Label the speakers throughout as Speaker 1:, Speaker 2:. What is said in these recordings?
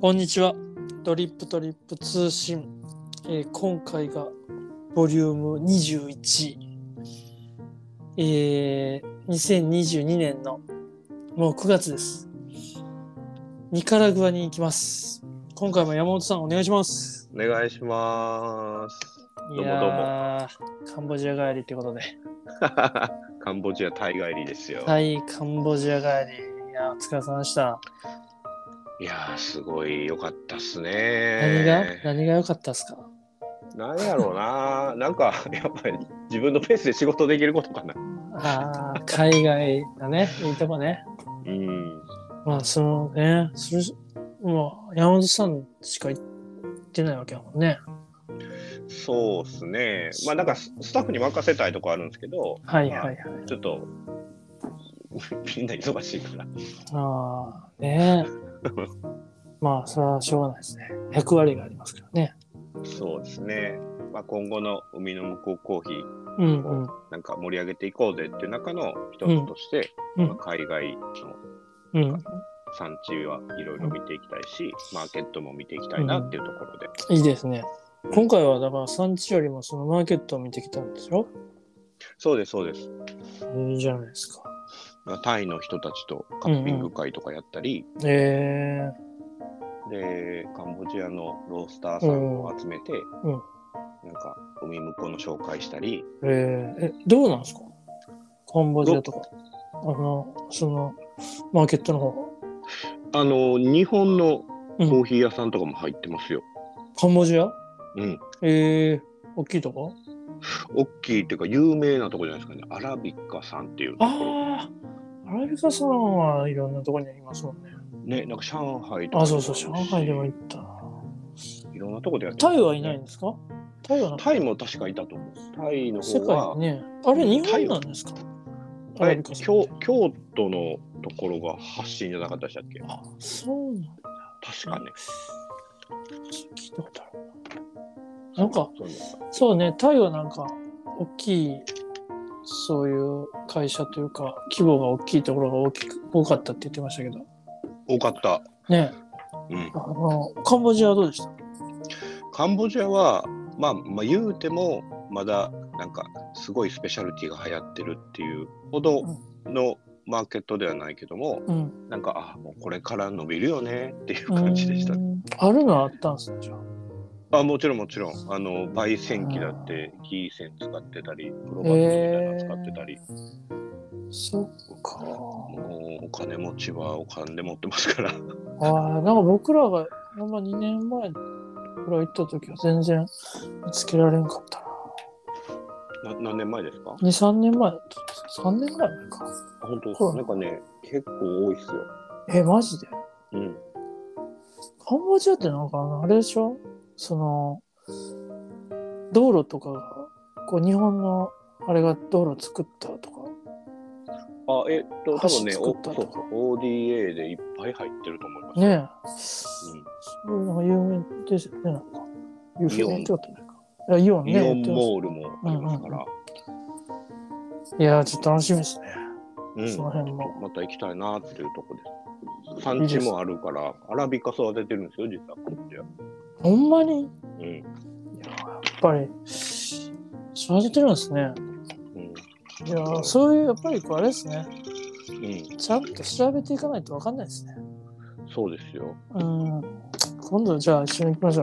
Speaker 1: こんにちは。ドリップトリップ通信。えー今回がボリューム21。えー、2022年のもう9月です。ニカラグアに行きます。今回も山本さんお願いします。
Speaker 2: お願いします。 どうもどうも
Speaker 1: いやーカンボジア帰りってことで。
Speaker 2: カンボジアタイ帰りですよ。
Speaker 1: タイ、カンボジア帰り。いやーお疲れ様でした。
Speaker 2: い、やー、すごい良かったっす
Speaker 1: 何が
Speaker 2: ね。
Speaker 1: 何が良かったですか
Speaker 2: 何が何やろうな。なんか、やっぱり自分のペースで仕事できることかな。
Speaker 1: ああ、海外だね。いいとこね。
Speaker 2: うん。
Speaker 1: まあそのね、それ、まあ山本さんしか行ってないわけやもんね。
Speaker 2: そうっすね。まあ、なんかススタッフに任せたいとこあるんですけど、
Speaker 1: はいはいはい。
Speaker 2: ちょっと、 みんな忙しいから。
Speaker 1: ああ、ね えまあそれはしょうがないですね。役割がありますからね。
Speaker 2: そうですね。まあ、今後の海の向こうコーヒー、
Speaker 1: うんうん。
Speaker 2: なんか盛り上げていこうぜっていう中の一つとして、
Speaker 1: うん
Speaker 2: まあ海外の
Speaker 1: うん。
Speaker 2: 産地はいろいろ見ていきたいし、マーケットも見ていきたいなっていうところで、
Speaker 1: いいですね。今回はだから産地よりもそのマーケットを見てきたんでしょ
Speaker 2: そうですそうです
Speaker 1: いいじゃないですか。
Speaker 2: タイの人たちとカッピング会とかやったり、
Speaker 1: ええ
Speaker 2: でカンボジアのロースターさんを集めて、
Speaker 1: うんうん
Speaker 2: なんか海向こうの紹介したり
Speaker 1: えええ、どうなんですかカンボジアとか。あの、その、マーケットの方が。
Speaker 2: あの日本の
Speaker 1: うん
Speaker 2: コーヒー屋さんとかも入ってますよ、
Speaker 1: カンボジア
Speaker 2: うん、
Speaker 1: ええ大きいとこ
Speaker 2: 大きいっていうか有名なとこじゃないですかねアラビッカさんっていうところ
Speaker 1: ああ、アラビカさんはいろんなところにありますもんね。
Speaker 2: ねなんか上海とか
Speaker 1: あ、そうそう、上海でも行った。
Speaker 2: いろんなとこでやってます
Speaker 1: タイはいないんですかタイはな
Speaker 2: タイも確かいたと思うタイの
Speaker 1: 世
Speaker 2: 方
Speaker 1: 界
Speaker 2: は
Speaker 1: にね。あれ、日本なんですかア
Speaker 2: あ
Speaker 1: ラ
Speaker 2: れ
Speaker 1: ビカさん。
Speaker 2: 京京都のところが発信じゃなかったでしたっけ
Speaker 1: あ、そうなん
Speaker 2: 確かね。
Speaker 1: 聞いたことあるな。なんか、
Speaker 2: そうです
Speaker 1: そうね、タイはなんか、大きい、そういう会社というか、規模が大きいところが大きく多かったって言ってましたけど。
Speaker 2: 多かった、
Speaker 1: ね、
Speaker 2: うん
Speaker 1: あの、カンボジアはどうでした
Speaker 2: カンボジアは、まあ、まあ言うてもまだなんかすごいスペシャルティが流行ってるっていうほどのマーケットではないけども
Speaker 1: うん。
Speaker 2: なんかあもうこれから伸びるよねっていう感じでした
Speaker 1: うーんあるのはあったんですね、じゃあ。
Speaker 2: あもちろんもちろんあの焙煎機だってギーセン使ってたりプロバトルみたいなの使ってたり、
Speaker 1: そっか。
Speaker 2: もうお金持ちはお金持ってますから
Speaker 1: ああ、なんか僕らが、ほんま2年前くらい行った時は全然見つけられんかったな。
Speaker 2: な何年前ですか
Speaker 1: 2、3年前だった3年ぐらい前か。
Speaker 2: 本当です
Speaker 1: はい
Speaker 2: かなんかね、結構多いっすよ。
Speaker 1: え、マジで
Speaker 2: うん。
Speaker 1: カンボジアってなんかあの、あれでしょその、道路とかが、こう日本のあれが道路作ったとか。
Speaker 2: あ、えっと、多分ね、
Speaker 1: 橋作っ
Speaker 2: おそう
Speaker 1: た
Speaker 2: そう
Speaker 1: とか
Speaker 2: ODA でいっぱい入ってると思います。
Speaker 1: ねえ。そういうのが有名ですよね、なんか。有
Speaker 2: イオン
Speaker 1: 名ってことないか。いや、イオン
Speaker 2: うん、
Speaker 1: ね。
Speaker 2: イオン
Speaker 1: やってます
Speaker 2: モールもありますから、
Speaker 1: いやー、ちょっと楽しみですね。
Speaker 2: うん
Speaker 1: その辺も。
Speaker 2: また行きたいなっていうとこです。産地もあるから、アラビカ育ててるんですよ、実はこっちは。
Speaker 1: ほんまに
Speaker 2: うん。
Speaker 1: いややっぱり育ててるんですね。
Speaker 2: うん。
Speaker 1: いやーそういうやっぱりこうあれですね。
Speaker 2: うん。
Speaker 1: ちゃんと調べていかないとわかんないですね。
Speaker 2: そうですよ。
Speaker 1: うん。今度じゃあ一緒に行きましょ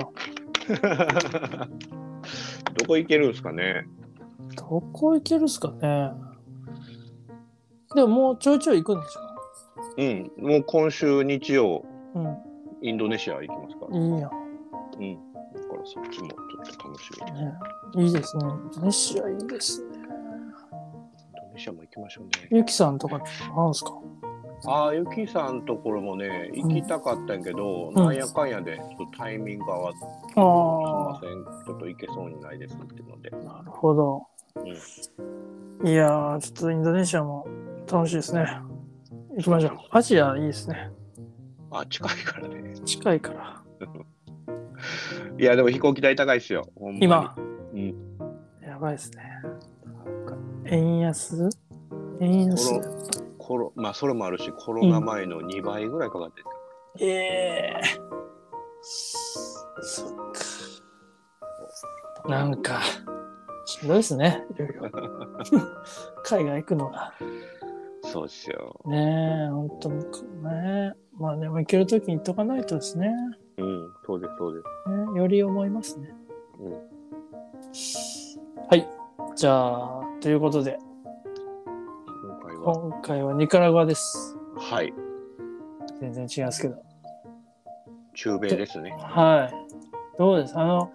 Speaker 2: どこ行けるんですかね。
Speaker 1: う。どこ行けるっすかね。でももうちょいちょい行くんでし
Speaker 2: うん。もう今週日曜、
Speaker 1: ょ
Speaker 2: インドネシア行きますから。
Speaker 1: う。ん。いいやん
Speaker 2: うん。だからそっちもちょっと楽しみ。イン
Speaker 1: ね。いいですね。インドネシアいいですね。
Speaker 2: ドネシアも行きましょうね。
Speaker 1: ゆきさんとかなんですか
Speaker 2: ああ、ゆきさんところもね、行きたかったんやけど、
Speaker 1: ん
Speaker 2: なんやかんやで、ちょっとタイミング合わず、
Speaker 1: あ
Speaker 2: すいません、ちょっと行けそうにないですっていうので、
Speaker 1: あ、なるほど。いやー、ちょっとインドネシアも楽しいですね。行きましょう。アジアいいですね。
Speaker 2: あ、近いか らね。
Speaker 1: 近いから。
Speaker 2: いや、でも飛行機代高いっすよ、ほんまに。
Speaker 1: 今、
Speaker 2: う
Speaker 1: やばいですね。円安円安
Speaker 2: コ。ロコロ、まあ、それもあるし、コロナ前の2倍ぐらいかかってる
Speaker 1: ええそっか。なんか、しんどいですね。いろい ろ。海外行くのが。
Speaker 2: そうですよ。
Speaker 1: ねえ、本当にね。まあでも行けるときに行っとかないとですね
Speaker 2: うん、そうです、そうです。
Speaker 1: ね。より思いますね。
Speaker 2: うん
Speaker 1: はい。じゃあ、ということで、
Speaker 2: 今回は。
Speaker 1: 今回はニカラグアです。
Speaker 2: はい。
Speaker 1: 全然違いますけど。
Speaker 2: 中米ですね。
Speaker 1: はい。どうですあの、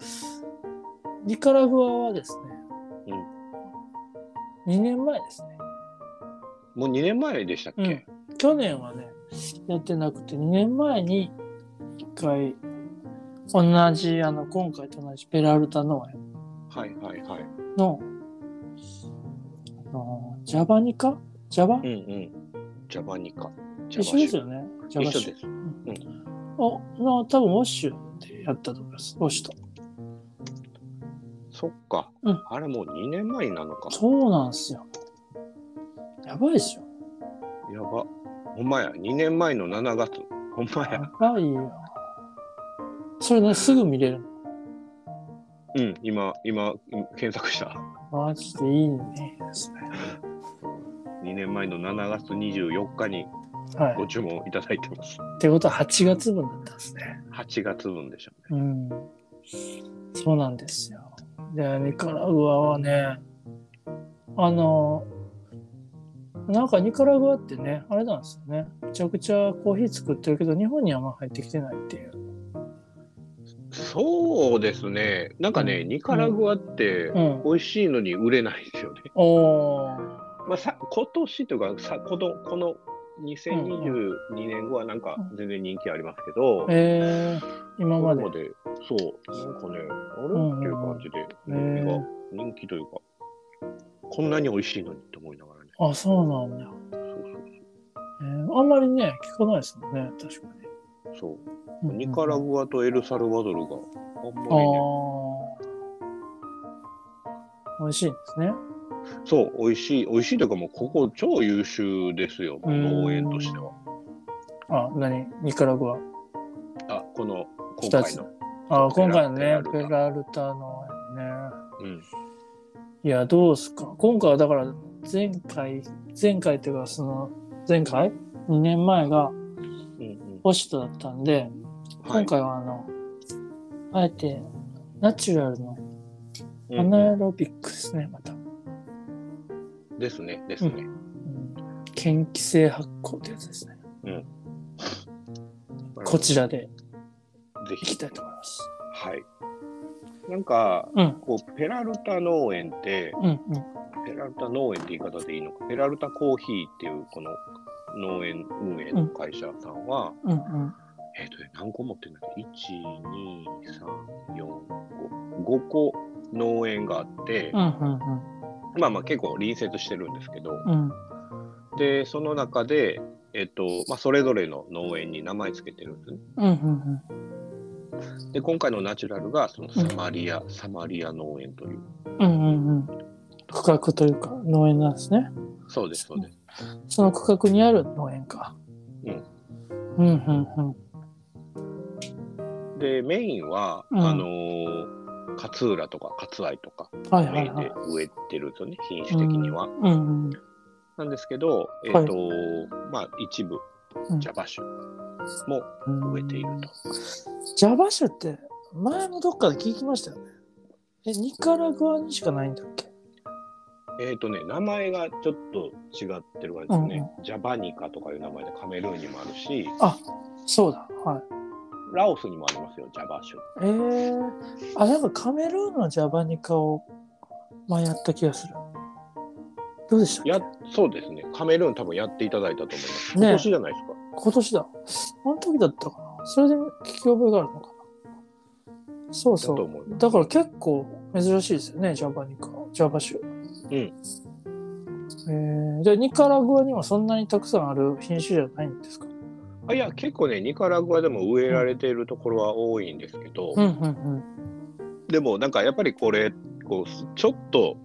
Speaker 1: ニカラグアはですね、2年前ですね。
Speaker 2: もう2年前でしたっけ、
Speaker 1: うん、去年はね、やってなくて、2年前に1回、同じ、あの、今回と同じペラルタ農園
Speaker 2: はいはいはい。
Speaker 1: の、あのジャバニカジャバ、
Speaker 2: うんうん。ジャバニカ。
Speaker 1: 一緒ですよね。ジ
Speaker 2: ジャ
Speaker 1: ャ
Speaker 2: バ
Speaker 1: バ
Speaker 2: 州
Speaker 1: 州
Speaker 2: 一緒です。
Speaker 1: おの多分ウォッシュでやったと思います。ウォッシュと。
Speaker 2: そっか、
Speaker 1: うん
Speaker 2: あれもう2年前なのか。
Speaker 1: そうなんですよ。やばいですよ。
Speaker 2: やば。ほんまや、2年前の7月。ほんま
Speaker 1: や
Speaker 2: や。
Speaker 1: ばいよ。それね、すぐ見れる
Speaker 2: うん、今、今、うん検索した。
Speaker 1: の。マジでいいね。ですね。
Speaker 2: 2年前の7月24日に
Speaker 1: はい。
Speaker 2: ご注文いただいてます。
Speaker 1: ってことは8月分だったんですね。
Speaker 2: 8月分でしょうね。
Speaker 1: うん。そうなんですよ。で、ニカラグアはね、あの、なんかニカラグアってね、あれなんですよね。めちゃくちゃコーヒー作ってるけど、日本にはあんま入ってきてないっていう。
Speaker 2: そうですね。なんかね、
Speaker 1: うん
Speaker 2: ニカラグアって
Speaker 1: うん。
Speaker 2: 美味しいのに売れないんですよね。
Speaker 1: おー。
Speaker 2: まあ、さ今年というかさこの、この2022年後はなんか全然人気ありますけど、
Speaker 1: えー、今まで。
Speaker 2: これまでそう、なんかね、あれっていう感じで、
Speaker 1: うん
Speaker 2: 人気
Speaker 1: へ
Speaker 2: が、人気というか、こんなに美味しいのにって思いながらね。
Speaker 1: あ、そうなんだ。
Speaker 2: そう
Speaker 1: えーあんまりね、聞かないですもんね、確かに。
Speaker 2: そうそう。
Speaker 1: うんうん
Speaker 2: ニカラグアとエルサルバドルがあんまり
Speaker 1: あ
Speaker 2: ね、
Speaker 1: あ。美味しいんですね。
Speaker 2: そう、美味しい、美味しいというか、もうここ超優秀ですよ、
Speaker 1: うん
Speaker 2: 農園としては。
Speaker 1: あ、何ニカラグア。
Speaker 2: あ、この、今回の。
Speaker 1: あ、
Speaker 2: ペラ
Speaker 1: 今回のね、
Speaker 2: ペ
Speaker 1: ペ
Speaker 2: ラルタ
Speaker 1: ラルタのね。
Speaker 2: うん。
Speaker 1: いや、どうすか。今回はだから、前回、前回っていうか、その、前回 ?2 年前が
Speaker 2: うん
Speaker 1: ポシトだったんで、
Speaker 2: うん。はい
Speaker 1: 今回はあの、あえて、ナチュラルの
Speaker 2: うん
Speaker 1: ア
Speaker 2: うん
Speaker 1: ナロビックですね、また。
Speaker 2: ですね、ですね。
Speaker 1: うん、嫌気性発酵ってやつですね。こちらで
Speaker 2: ぜ
Speaker 1: い
Speaker 2: ひ
Speaker 1: き。たいと思います。
Speaker 2: はい。なんか、
Speaker 1: うん、
Speaker 2: こう、ペラルタ農園って、
Speaker 1: うん、
Speaker 2: ペラルタ農園って言い方でいいのか、ペラルタコーヒーっていうこの農園運営の会社さんは、
Speaker 1: うん、うん、うん。
Speaker 2: えっ、とね、何個持ってるんだっけ ?1、2、3、4、5、5個農園があって、
Speaker 1: うん、うん、うん。
Speaker 2: まあまあ結構隣接してるんですけど、
Speaker 1: うん。
Speaker 2: で、その中で、えっ、と、まあそれぞれの農園に名前つけてるんですね。
Speaker 1: うんうん
Speaker 2: で、今回のナチュラルが、そのサマリア、サマリア農園という。
Speaker 1: うん。うんうんうん。区画というか農園なんですね。
Speaker 2: そうです、そうです。
Speaker 1: その区画にある農園か。
Speaker 2: うん。
Speaker 1: うんうん
Speaker 2: で、メインは、
Speaker 1: うん
Speaker 2: あのー勝浦とか勝愛とか、
Speaker 1: うん。はいは
Speaker 2: メイ
Speaker 1: い
Speaker 2: ン
Speaker 1: は
Speaker 2: で
Speaker 1: い。
Speaker 2: 植えてるんですよね、品種的には。
Speaker 1: うんうん。
Speaker 2: なんですけど、えっ、と、まあ、一部
Speaker 1: う、ん
Speaker 2: ジャバ種も植えていると。
Speaker 1: ジャバ種って前もどっかで聞きましたよね。え、ニカラグアにしかないんだっけ
Speaker 2: えっ、とね、名前がちょっと違ってる感じですね。ジャバニカとかいう名前でカメルーンにもあるし、
Speaker 1: そうだ。はい。
Speaker 2: ラオスにもありますよ、ジャバ種。
Speaker 1: えー、あ、なんかカメルーンのジャバニカを前やった気がする。どうでしたっけ
Speaker 2: や、そうですね。カメルーン多分やっていただいたと思います。
Speaker 1: ね
Speaker 2: 今年じゃないですか。
Speaker 1: 今年だ。あの時だったかな。それで聞き覚えがあるのかな。そう
Speaker 2: だ
Speaker 1: そ
Speaker 2: と
Speaker 1: う。
Speaker 2: 思います。
Speaker 1: だから結構珍しいですよね、ジャバニカ、ジャバ州。
Speaker 2: うん。
Speaker 1: えー、じゃあニカラグアにはそんなにたくさんある品種じゃないんですか
Speaker 2: あいや、結構ね、ニカラグアでも植えられているところは多いんですけど、
Speaker 1: うんうん
Speaker 2: でもなんかやっぱりこれ、こうちょっと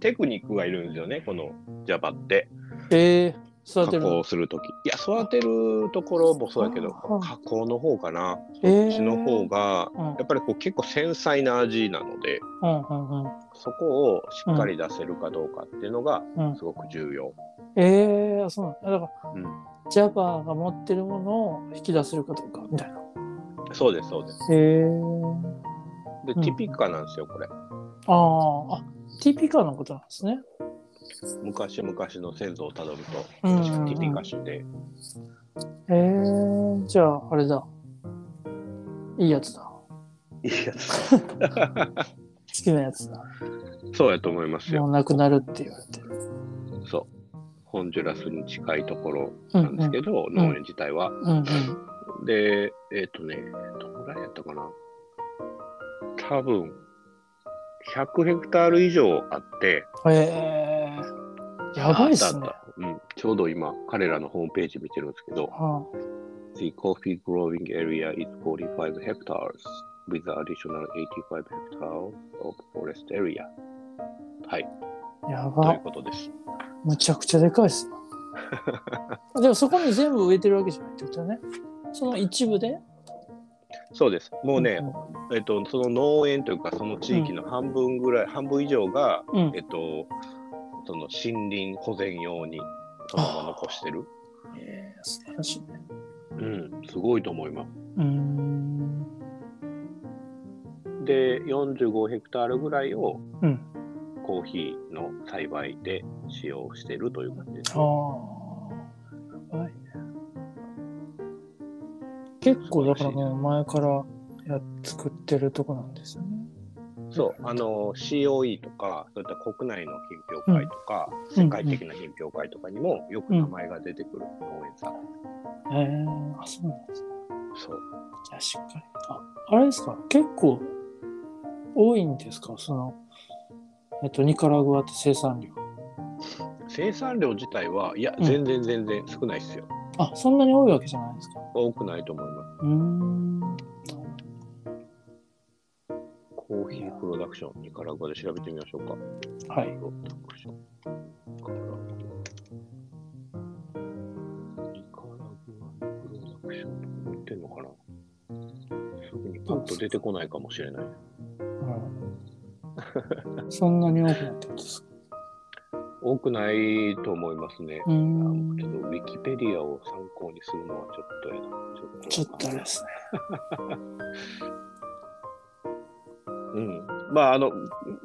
Speaker 2: テクニックがいるんですよね、このジャバって。
Speaker 1: うん。えー、育
Speaker 2: 加
Speaker 1: てるの
Speaker 2: 工する時いや育てるところもそうやけど
Speaker 1: ああ
Speaker 2: 加工の方かな
Speaker 1: えー
Speaker 2: うちの方が
Speaker 1: うん
Speaker 2: やっぱりこう結構繊細な味なので
Speaker 1: うんうんうん
Speaker 2: そこをしっかり出せるかどうかっていうのが
Speaker 1: うん
Speaker 2: すごく重要。
Speaker 1: ええあそうなんだだから
Speaker 2: うん
Speaker 1: ジャパーが持ってるものを引き出せるかどうかみたいな
Speaker 2: そうですそうです。
Speaker 1: へえ
Speaker 2: で
Speaker 1: うん
Speaker 2: ティピカなんですよこれ。
Speaker 1: あーあティピカのことなんですね
Speaker 2: 昔々の先祖をたどると
Speaker 1: うんうんうん
Speaker 2: 確かティピカ種で
Speaker 1: ええじゃああれだいいやつだ好
Speaker 2: いいやつ。
Speaker 1: きなやつだ
Speaker 2: そうやと思いますよ。
Speaker 1: もうなくなるって言われてる
Speaker 2: そう。ホンジュラスに近いところ
Speaker 1: うん
Speaker 2: なんですけど、
Speaker 1: ん
Speaker 2: 農園自体は。
Speaker 1: うんうん
Speaker 2: で、えっ、とね、どこらいやったかな。多分、100ヘクタール以上あって、
Speaker 1: ええやばいっすね
Speaker 2: ああったあったうん、ちょうど今、彼らのホームページ見てるんですけど、
Speaker 1: は
Speaker 2: The coffee growing area is 45 hectares with an additional 85 hectares of forest area. はい、
Speaker 1: あや
Speaker 2: とい
Speaker 1: ば
Speaker 2: うことです。
Speaker 1: むちゃくちゃでかいっ すねでもそこに全部植えてるわけじゃないってことだねその一部で
Speaker 2: そうです。もうね、
Speaker 1: うん
Speaker 2: えっと、その農園というか、その地域の半分ぐらい、半分以上が、
Speaker 1: うん
Speaker 2: えっと、その森林保全用にそのまま残してる。
Speaker 1: ええ素晴らしいね
Speaker 2: うん、すごいと思います。
Speaker 1: うーん
Speaker 2: で、45ヘクタールぐらいを
Speaker 1: うん
Speaker 2: コーヒーの栽培で使用してるという感じです
Speaker 1: ああ
Speaker 2: ね。
Speaker 1: やばいね結構だからね前からやっ作ってるとこなんですよね
Speaker 2: そう、あの COE とか、そういった国内の品評会とか、
Speaker 1: うん
Speaker 2: 世界的な品評会とかにもよく名前が出てくる農園さん。
Speaker 1: へえあそうなんですね
Speaker 2: そう。
Speaker 1: じゃあしっかりああれですか結構多いんですかそのえっとニカラグアって生産量
Speaker 2: 生産量自体は、いや、
Speaker 1: うん
Speaker 2: 全然全然少ないですよ。
Speaker 1: あそんなに多いわけじゃないですか
Speaker 2: 多くないと思います。
Speaker 1: うーん
Speaker 2: コーヒープロダクション、ニカラグアで調べてみましょうか。
Speaker 1: はい
Speaker 2: プロダクション。ニカラグア。ニカラグアのプロダクションとか持ってんのかなすぐにパッと出てこないかもしれない。
Speaker 1: うんそんなに多くなってるんですか
Speaker 2: 多くないと思いますね。
Speaker 1: うー
Speaker 2: あ
Speaker 1: ん
Speaker 2: のちょっとウィキペディアを参考にするのはちょっとやな。
Speaker 1: ちょっとあれですね
Speaker 2: うん。まあ、あの、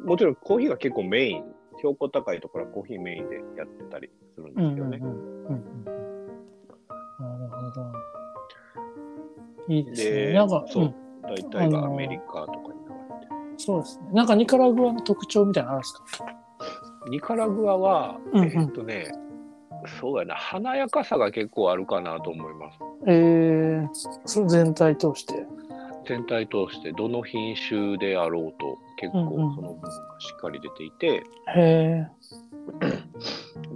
Speaker 2: もちろんコーヒーが結構メイン、標高高いところはコーヒーメインでやってたりするんですけど
Speaker 1: うんうんうんう
Speaker 2: ね。
Speaker 1: んうん、なるほど。いいですね。
Speaker 2: で
Speaker 1: なんか、
Speaker 2: そ
Speaker 1: そううん、
Speaker 2: 大体がアメリカとかに流れて
Speaker 1: そうですね。なんかニカラグアの特徴みたいなのあるんですか
Speaker 2: る。ニカラグアは、
Speaker 1: うんうん
Speaker 2: えーっとね、そうやな、華やかさが結構あるかなと思います。
Speaker 1: えー、それ全体通して。
Speaker 2: 全体通して、どの品種であろうと、結構
Speaker 1: うんうん
Speaker 2: その部分がしっかり出ていて、
Speaker 1: へえ。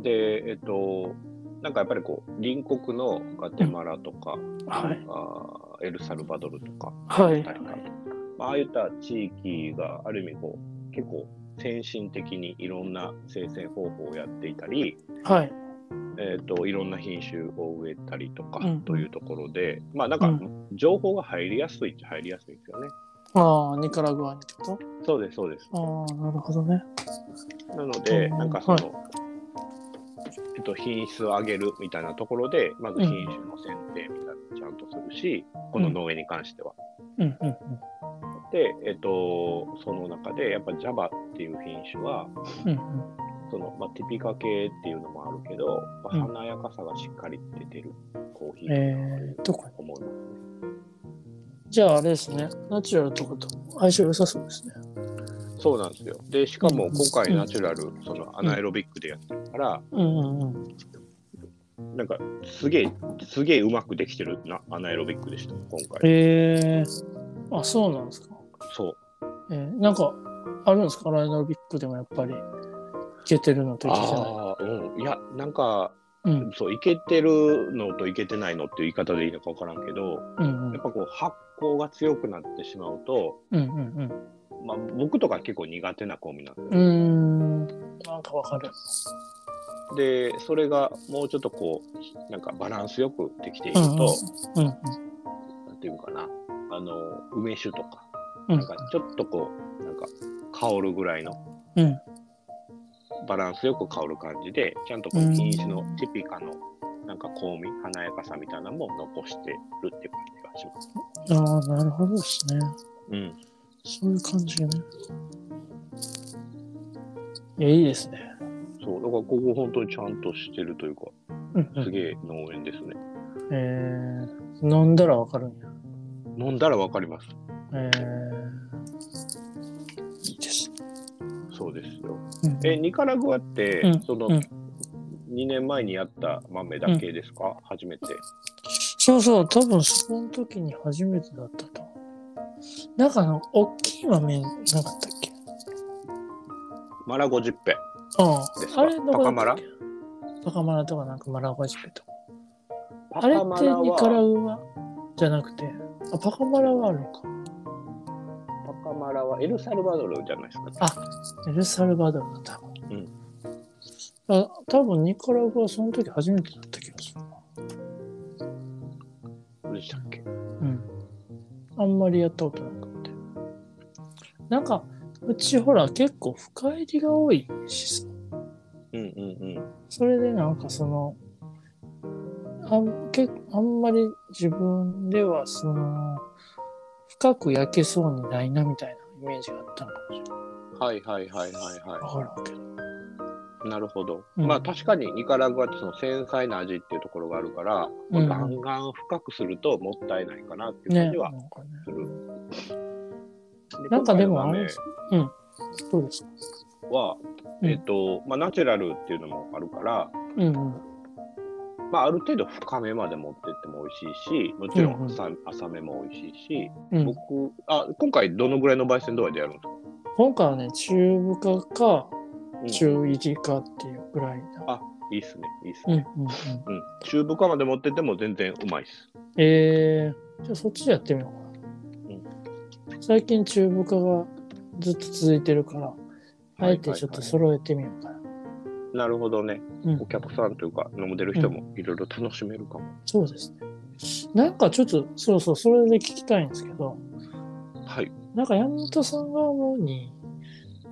Speaker 2: で、えっと、なんかやっぱりこう、隣国のガテマラとか、
Speaker 1: はい。
Speaker 2: あーエルサルバドルとか、
Speaker 1: はい。
Speaker 2: コスタリカとかまあああいった地域がある意味こう、結構先進的にいろんな生成方法をやっていたり、
Speaker 1: はい。
Speaker 2: えっといろんな品種を植えたりとか
Speaker 1: うん
Speaker 2: というところで、まあなんか
Speaker 1: う
Speaker 2: 情報が入りやすいっちゃ入りやすいですよね。
Speaker 1: ああ、ニカラグアにってこと
Speaker 2: そうです、そうです。
Speaker 1: ああ、なるほどね。
Speaker 2: なので、
Speaker 1: うん
Speaker 2: なんかその、えっと、品質を上げるみたいなところで、まず品種の選定みたいなのちゃんとするし、この農園に関しては。
Speaker 1: うんうん
Speaker 2: で、えっと、その中で、やっぱ Java っていう品種は、
Speaker 1: うん。うん
Speaker 2: その、まあ、ティピカ系っていうのもあるけど、ま
Speaker 1: うん
Speaker 2: あ、華やかさがしっかり出てるコーヒ
Speaker 1: うん、
Speaker 2: ー
Speaker 1: えー、
Speaker 2: だ
Speaker 1: どこと
Speaker 2: 思いますね。
Speaker 1: じゃああれですね。ナチュラルとかと相性良さそうですね。
Speaker 2: そうなんですよ。で、しかも今
Speaker 1: う
Speaker 2: 回
Speaker 1: ん
Speaker 2: ナチュラル、そのアナエロビックでやってるから、
Speaker 1: うんうんうん。
Speaker 2: なんかすげえ、すげえうまくできてるな、アナエロビックでした、今回。
Speaker 1: えー、あ、そうなんですか。
Speaker 2: そう。
Speaker 1: えーなんかあるんですかライノビックでもやっぱりいけてるのといけてない。
Speaker 2: ああ、うん。いや、なんか、
Speaker 1: うん
Speaker 2: そう、いけてるのといけてないのっていう言い方でいいのか分からんけど、
Speaker 1: うんう
Speaker 2: やっ
Speaker 1: ん
Speaker 2: ぱこう、発酵が強くなってしまうと、
Speaker 1: うんうん
Speaker 2: まあ、僕とか結構苦手なコンビなんですよ
Speaker 1: うん。うーん。なんかわかる。
Speaker 2: でそれがもうちょっとこうなんかバランスよくできている
Speaker 1: う
Speaker 2: と、
Speaker 1: んうんうんうん
Speaker 2: なんていうのかなあの梅酒とか
Speaker 1: うん
Speaker 2: なんかちょっとこうなんか香るぐらいの
Speaker 1: うん
Speaker 2: バランスよく香る感じでちゃんとこ
Speaker 1: う
Speaker 2: の
Speaker 1: ん
Speaker 2: 品種のティピカのなんか香味華やかさみたいなのも残してるって感じがします。
Speaker 1: ああなるほどですね
Speaker 2: うん、
Speaker 1: そういう感じねいやいいですね
Speaker 2: そうだからここ本当にちゃんとしてるというか
Speaker 1: うんう
Speaker 2: す
Speaker 1: ん
Speaker 2: げえ農園ですね。
Speaker 1: えー、飲んだらわかるんや
Speaker 2: 飲んだらわかります。
Speaker 1: えー、いいです
Speaker 2: そうですよ。
Speaker 1: うん
Speaker 2: えニカラグアって、
Speaker 1: うん
Speaker 2: その、
Speaker 1: うん
Speaker 2: 2年前にやった豆だけですか、初めて。
Speaker 1: そうそう、多分そこの時に初めてだったと思う。なんかあの、大きい豆なかったっけ
Speaker 2: マラゴジッペ。
Speaker 1: あ
Speaker 2: です
Speaker 1: あ、
Speaker 2: か
Speaker 1: あれどこだ
Speaker 2: 高
Speaker 1: った
Speaker 2: マ
Speaker 1: っ
Speaker 2: ラ
Speaker 1: け高マラとかなんかマラゴジペとか。
Speaker 2: パ
Speaker 1: あれっ
Speaker 2: カマ
Speaker 1: て
Speaker 2: ラ
Speaker 1: ニカラ
Speaker 2: は、
Speaker 1: ウアじゃなくて、あ、パカマラはあるのか。
Speaker 2: パカマラはエルサルバドルじゃないですか。
Speaker 1: あエルサルバドルなんだ。
Speaker 2: うん
Speaker 1: あ多分ニカラウアはその時初めてだった気がするな。
Speaker 2: どうでしたっけ
Speaker 1: うん。あんまりやったことなくて。なんか、うちほら結構深入りが多いしさ。
Speaker 2: うんうんうん。
Speaker 1: それでなんかそのあんけあんまり自分ではその深く焼けそうにないなみたいなイメージがあったのかもしれない
Speaker 2: はいはいはいはいは
Speaker 1: 分からんけど。
Speaker 2: い。なるほど。
Speaker 1: うん
Speaker 2: まあ確かにニカラグアってその繊細な味っていうところがあるから、
Speaker 1: うんうん
Speaker 2: ガンガン深くするともったいないかなっていう
Speaker 1: ね
Speaker 2: 感じは
Speaker 1: なんかね
Speaker 2: する。
Speaker 1: なんかで
Speaker 2: 今
Speaker 1: もあ
Speaker 2: 回の
Speaker 1: れ
Speaker 2: 豆
Speaker 1: ですうん。どうですか
Speaker 2: は、
Speaker 1: うん
Speaker 2: えっ、と、まあナチュラルっていうのもあるから、
Speaker 1: うんうん。
Speaker 2: まあ、ある程度深めまで持ってっても美味しいし、もち
Speaker 1: う
Speaker 2: ろ
Speaker 1: んうん
Speaker 2: ん浅,、浅めも美味しいし、
Speaker 1: うん、
Speaker 2: 僕あ、今回どのぐらいの焙煎度合いでやるんですか、
Speaker 1: 今回はね、中深か
Speaker 2: うん
Speaker 1: 中入りかっていうぐらいな。
Speaker 2: いいっすね、いいっす
Speaker 1: うんうん
Speaker 2: ね。
Speaker 1: うん。
Speaker 2: うん中深まで持ってっても全然うまいっす。
Speaker 1: えー、じゃあそっちでやってみようかな。最近中部化がずっと続いてるから、あえてちょっと
Speaker 2: はい
Speaker 1: 揃えてみようかな。
Speaker 2: はいはいなるほどね。
Speaker 1: うん
Speaker 2: お客さんというか、飲んでる人もいろいろ楽しめるかも。
Speaker 1: そうですね。なんかちょっと、そうそう、それで聞きたいんですけど、
Speaker 2: はい。
Speaker 1: なんか山本さんが思うに、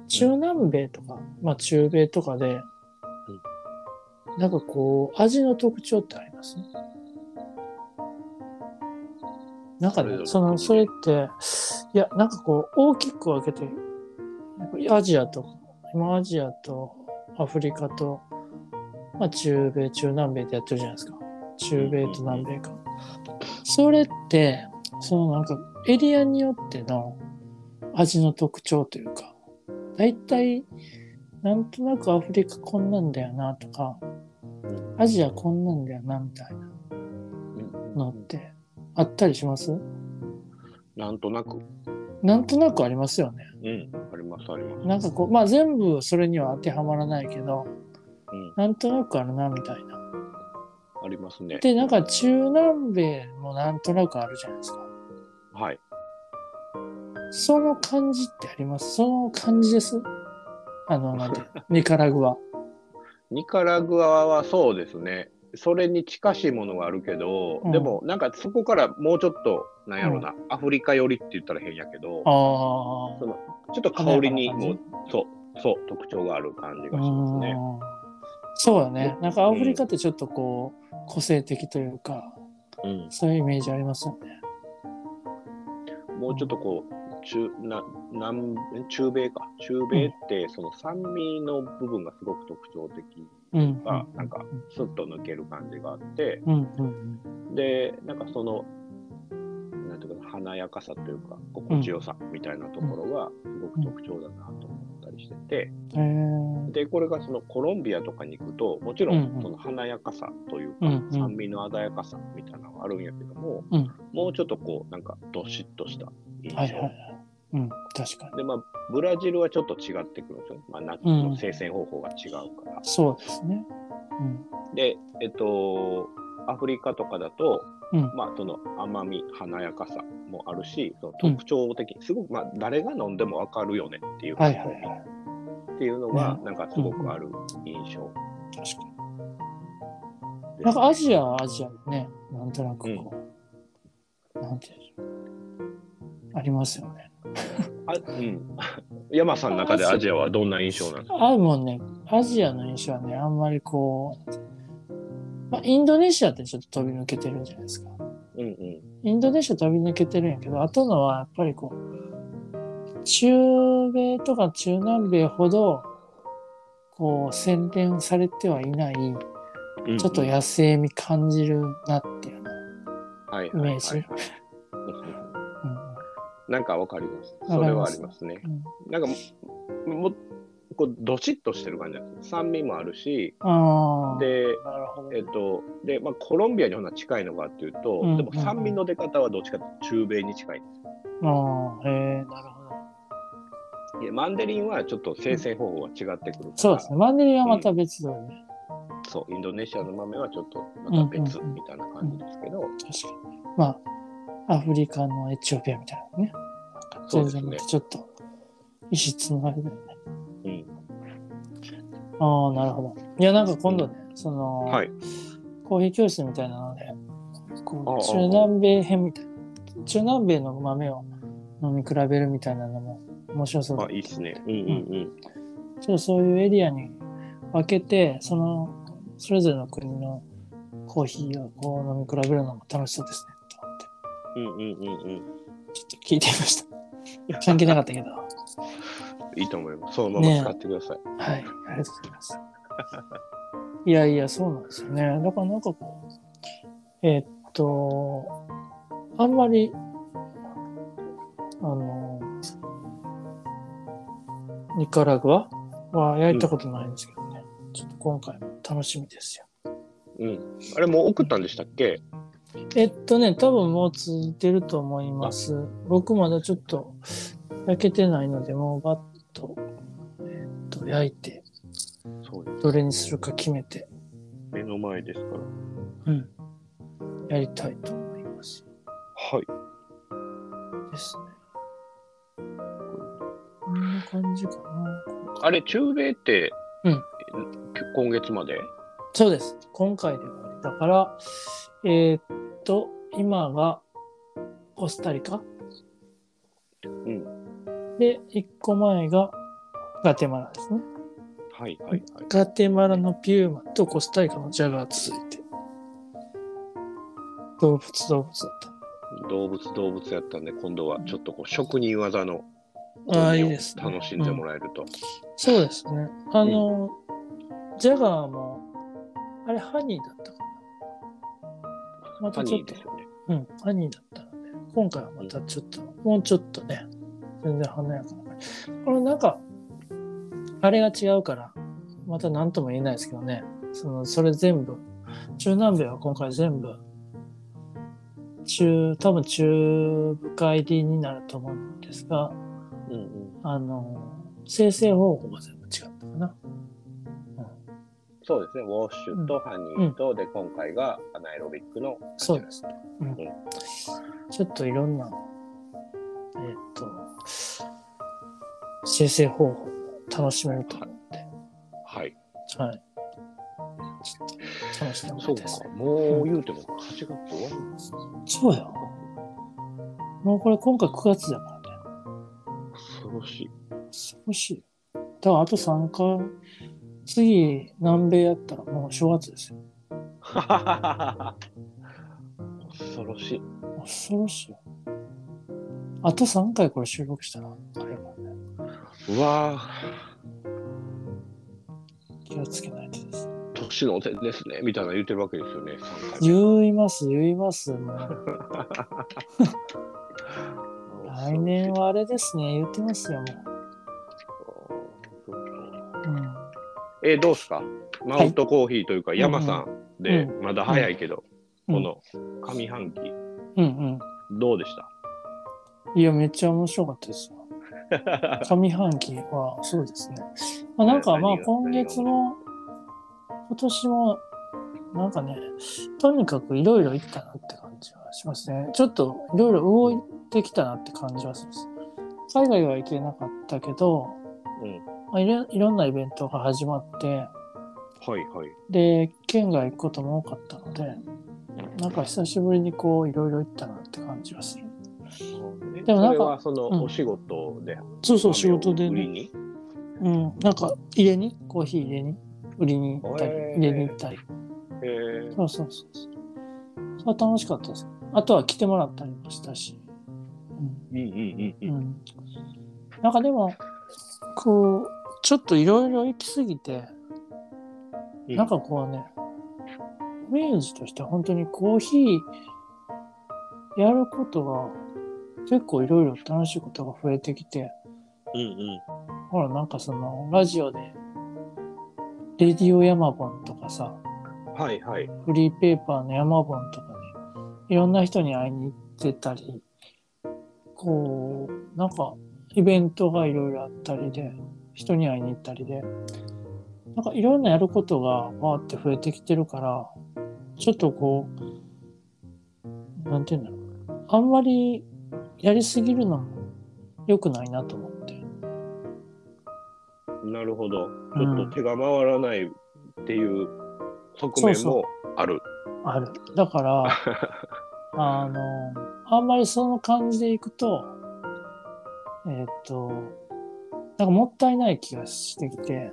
Speaker 1: 中南米とか、まあ中米とかで、なんかこう、味の特徴ってありますなんかね、その、それって、いや、なんかこう、大きく分けて、やっぱアジアと、今アジアとアフリカと、まあ中米、中南米でやってるじゃないですか。中米と南米か。それって、そのなんか、エリアによっての味の特徴というか、大体、なんとなくアフリカこんなんだよなとか、アジアこんなんだよなみたいなのってあったりします
Speaker 2: なんとなく、
Speaker 1: なんとなくありますよね。
Speaker 2: うん、ありますあります。
Speaker 1: なんかこう、まあ全部それには当てはまらないけど、
Speaker 2: うん、
Speaker 1: なんとなくあるなみたいな。
Speaker 2: ありますね。
Speaker 1: で、なんか中南米もなんとなくあるじゃないですか。
Speaker 2: はい。
Speaker 1: その感じってありますその感じですあの、なんて いうの、ニカラグア。
Speaker 2: ニカラグアはそうですね、それに近しいものがあるけど、
Speaker 1: うん
Speaker 2: でもなんかそこからもうちょっと、なんやろうな、アフリカ寄りって言ったら変やけど、ち
Speaker 1: ああ。
Speaker 2: ょっと香りに
Speaker 1: 華や
Speaker 2: も
Speaker 1: か
Speaker 2: そう、そう、特徴がある感じ
Speaker 1: う
Speaker 2: がしますね。
Speaker 1: ん。そうよね。なんかアフリカってちょっとこう、個性的というか、
Speaker 2: うん
Speaker 1: そういうイメージありますよね。
Speaker 2: もうちょっとこう、中な南え中米か、中米ってその酸味の部分がすごく特徴的
Speaker 1: うん。
Speaker 2: が、なんかスッと抜ける感じがあって、
Speaker 1: うんうん
Speaker 2: で、なんかその、なんていうかな、華やかさというか、心地よさみたいなところが、すごく特徴だなと思ったりしてて、
Speaker 1: うん。え
Speaker 2: で、これがそのコロンビアとかに行くと、もちろ
Speaker 1: うんうん
Speaker 2: んその華やかさというか、
Speaker 1: うんうん
Speaker 2: 酸味の鮮やかさみたいなのがあるんやけども、
Speaker 1: うん
Speaker 2: もうちょっとこう、なんかどしっとした
Speaker 1: ー、
Speaker 2: 印象。
Speaker 1: はいはいはい。うん、確かに。
Speaker 2: で、まあ、ブラジルはちょっと違ってくるんですよ。まあ、夏
Speaker 1: うん
Speaker 2: の生鮮方法が違うから。
Speaker 1: そうですね。うん。
Speaker 2: で、えっと、アフリカとかだと、
Speaker 1: うん
Speaker 2: まあ、その甘み、華やかさもあるし、その特徴的、すごく、まあ、誰が飲んでもわかるよねっていう、
Speaker 1: はいはいはい。
Speaker 2: っていうのが、
Speaker 1: ね
Speaker 2: なんかすごくある印象。
Speaker 1: 確かに。
Speaker 2: で
Speaker 1: なんかアジアはアジアでね、なんとなくこう、なんていうんでしょう。ありますよね。
Speaker 2: あうん、 山さんの中でアジアはどんな印象なんですか
Speaker 1: あもうね、アジアの印象はね、あんまりこう、まあ、インドネシアってちょっと飛び抜けてるんじゃないですか。
Speaker 2: うんうん
Speaker 1: インドネシア飛び抜けてるんやけど、あとのはやっぱりこう、中米とか中南米ほど、こう、洗練されてはいない、
Speaker 2: うんうん
Speaker 1: ちょっと野生味感じるなっていうの。
Speaker 2: はい
Speaker 1: イメージ
Speaker 2: はいはいはい なんかわかります。それはありますね。
Speaker 1: うんうん
Speaker 2: なんかももこうどしっとしてる感じなんです酸味もあるし、
Speaker 1: ああ。
Speaker 2: で、
Speaker 1: なるほど。
Speaker 2: えっと、で、まあ、コロンビアにほな近いのかっていうと、
Speaker 1: うんうん
Speaker 2: でも酸味の出方はどっちかというと中米に近い。
Speaker 1: ああ、へえ、なるほど。
Speaker 2: でマンデリンはちょっと生成方法が違ってくるから、
Speaker 1: そうですね。マンデリンはまた別だよね。
Speaker 2: そうインドネシアの豆はちょっとまた別みたいな感じですけど、
Speaker 1: 確かに。まあ、アフリカのエチオピアみたいなね。なんか
Speaker 2: そう
Speaker 1: 全
Speaker 2: で
Speaker 1: 然また
Speaker 2: すね
Speaker 1: ちょっと、異質のあれだよね。
Speaker 2: うん
Speaker 1: ああ、なるほど。いや、なんか今度ね、その、
Speaker 2: はい
Speaker 1: コーヒー教室みたいなので、
Speaker 2: あああ
Speaker 1: こう中南米編みたいな。中南米の豆を飲み比べるみたいなのも面白そうだ
Speaker 2: あいいですねうんうんうん
Speaker 1: ちょっとそういうエリアに分けて、その、それぞれの国のコーヒーをこう飲み比べるのも楽しそうですね、と思って。
Speaker 2: うんうんうんうん
Speaker 1: ちょっと聞いてみました。 関係なかったけど。
Speaker 2: いいと思いますそのまま使ってくださ
Speaker 1: は
Speaker 2: い、
Speaker 1: い、ありがとうございます。いやいや、そうなんですよね。だからなんかこう、えーっと、あんまり、あの、ニカラグアはやったことないんですけどね。ちょっと今回も楽しみですよ。
Speaker 2: うんあれもう送ったんでしたっけ
Speaker 1: えっとね、多分もう続いてると思います。僕まだちょっと焼けてないので、もうバッと、えーっと、焼いて、
Speaker 2: そうです
Speaker 1: どれにするか決めて、
Speaker 2: 目の前ですから
Speaker 1: うん、やりたいと思います。
Speaker 2: はい
Speaker 1: ですね。こんな感じかな。
Speaker 2: あれ中米って、
Speaker 1: うん
Speaker 2: 今月まで
Speaker 1: そうです。今回で終わりだから、えーっと、今がコスタリカ。
Speaker 2: ん
Speaker 1: で、一個前がガテマラですね。
Speaker 2: はいはいはい
Speaker 1: ガテマラのピューマとコスタリカのジャガー続いて。動物動物だっ
Speaker 2: 動物動物やったんで今度はちょっとこう職人技の
Speaker 1: た。ああ、いいですね。
Speaker 2: 楽しんでもらえると、
Speaker 1: そうですね。あの、ジャガーも、あれ、ハニーだったかな。ま
Speaker 2: ハ
Speaker 1: たちょ
Speaker 2: ニ
Speaker 1: っ
Speaker 2: ー
Speaker 1: と
Speaker 2: で、すよね
Speaker 1: うん、ハニーだったので、今回はまたちょっと、もうちょっとね、全然華やかな感じ。これなんか、あれが違うから、また何とも言えないですけどね、その、それ全部、中南米は今回全部、中、多分中深入りになると思うんですが、
Speaker 2: うんうん、
Speaker 1: あの、生成方法が全部違ったかな。
Speaker 2: そうですねウォッシュとハニーと、で今回がアナエロビックの
Speaker 1: そうですね。うん
Speaker 2: うん
Speaker 1: ちょっといろんな、えっ、と、生成方法を楽しめると思うん
Speaker 2: はい
Speaker 1: で、はい。ちょっと楽しみた
Speaker 2: そ
Speaker 1: いう
Speaker 2: か
Speaker 1: ですね。
Speaker 2: もう言うても8月終わるんです
Speaker 1: そうや。もうこれ今回9月だからね。
Speaker 2: 恐ろしい
Speaker 1: 恐ろしい。だからあと3回、次南米やったらもう正月ですよ。
Speaker 2: 恐ろしい
Speaker 1: 恐ろしいよ。あと3回これ収録したら、あれもね、
Speaker 2: うわ
Speaker 1: 気をつけないとですね。
Speaker 2: ー年のお手ですねみたいな言ってるわけですよね3回目
Speaker 1: 言います言いますもう来年はあれですね言ってますよもう、うん、
Speaker 2: えーどうですかマウントコーヒーというか、
Speaker 1: い
Speaker 2: 山さんで、
Speaker 1: う
Speaker 2: まだ早いけど、
Speaker 1: うん
Speaker 2: この上半期
Speaker 1: うん
Speaker 2: どうでした
Speaker 1: うんいやめっちゃ面白かった ですよ上半期はそうですね、まあ、なんか
Speaker 2: 何が
Speaker 1: まあ今月も今年もなんかねとにかくいろいろいったなって感じはしますねちょっといろいろ動いてきたなって感じはします海外は行けなかったけど、
Speaker 2: うん
Speaker 1: まあ、いろいろんなイベントが始まって
Speaker 2: はいはい。
Speaker 1: で県外行くことも多かったのでなんか久しぶりにこういろいろ行ったなって感じがする
Speaker 2: で
Speaker 1: で
Speaker 2: も
Speaker 1: もなんか
Speaker 2: それはその
Speaker 1: うん
Speaker 2: お仕事で、
Speaker 1: そうそう
Speaker 2: 豆
Speaker 1: 仕事
Speaker 2: を
Speaker 1: で
Speaker 2: 売
Speaker 1: ね、
Speaker 2: りに
Speaker 1: うん、なんか入れにコーヒー入れに売りに行ったり
Speaker 2: へー
Speaker 1: 入れに行ったり
Speaker 2: へー
Speaker 1: そうそうそうそうそれは楽しかったですあとは来てもらったりもしたし、
Speaker 2: うんうんう
Speaker 1: うん
Speaker 2: ん
Speaker 1: うん、なんかでもこうちょっといろいろ行き過ぎて
Speaker 2: うん。
Speaker 1: なんかこうね、イメージとしては本当にコーヒーやることが結構いろいろ楽しいことが増えてきて、
Speaker 2: うんうん。
Speaker 1: ほらなんかそのラジオで、レディオヤマボンとかさ、
Speaker 2: はいはい。
Speaker 1: フリーペーパーのヤマボンとかね、いろんな人に会いに行ってたり、こう、なんかイベントがいろいろあったりで、人に会いに行ったりで、なんかいろんなやることがわーって増えてきてるから、ちょっとこう、なんて言うんだろう。あんまりやりすぎるのも良くないなと思って。
Speaker 2: なるほど。ちょっと手が回らないっていう側
Speaker 1: そう
Speaker 2: 面
Speaker 1: そう
Speaker 2: もある。
Speaker 1: ある。だから、あの、あんまりその感じでいくと、えーっ、と、なんかもったいない気がしてきて、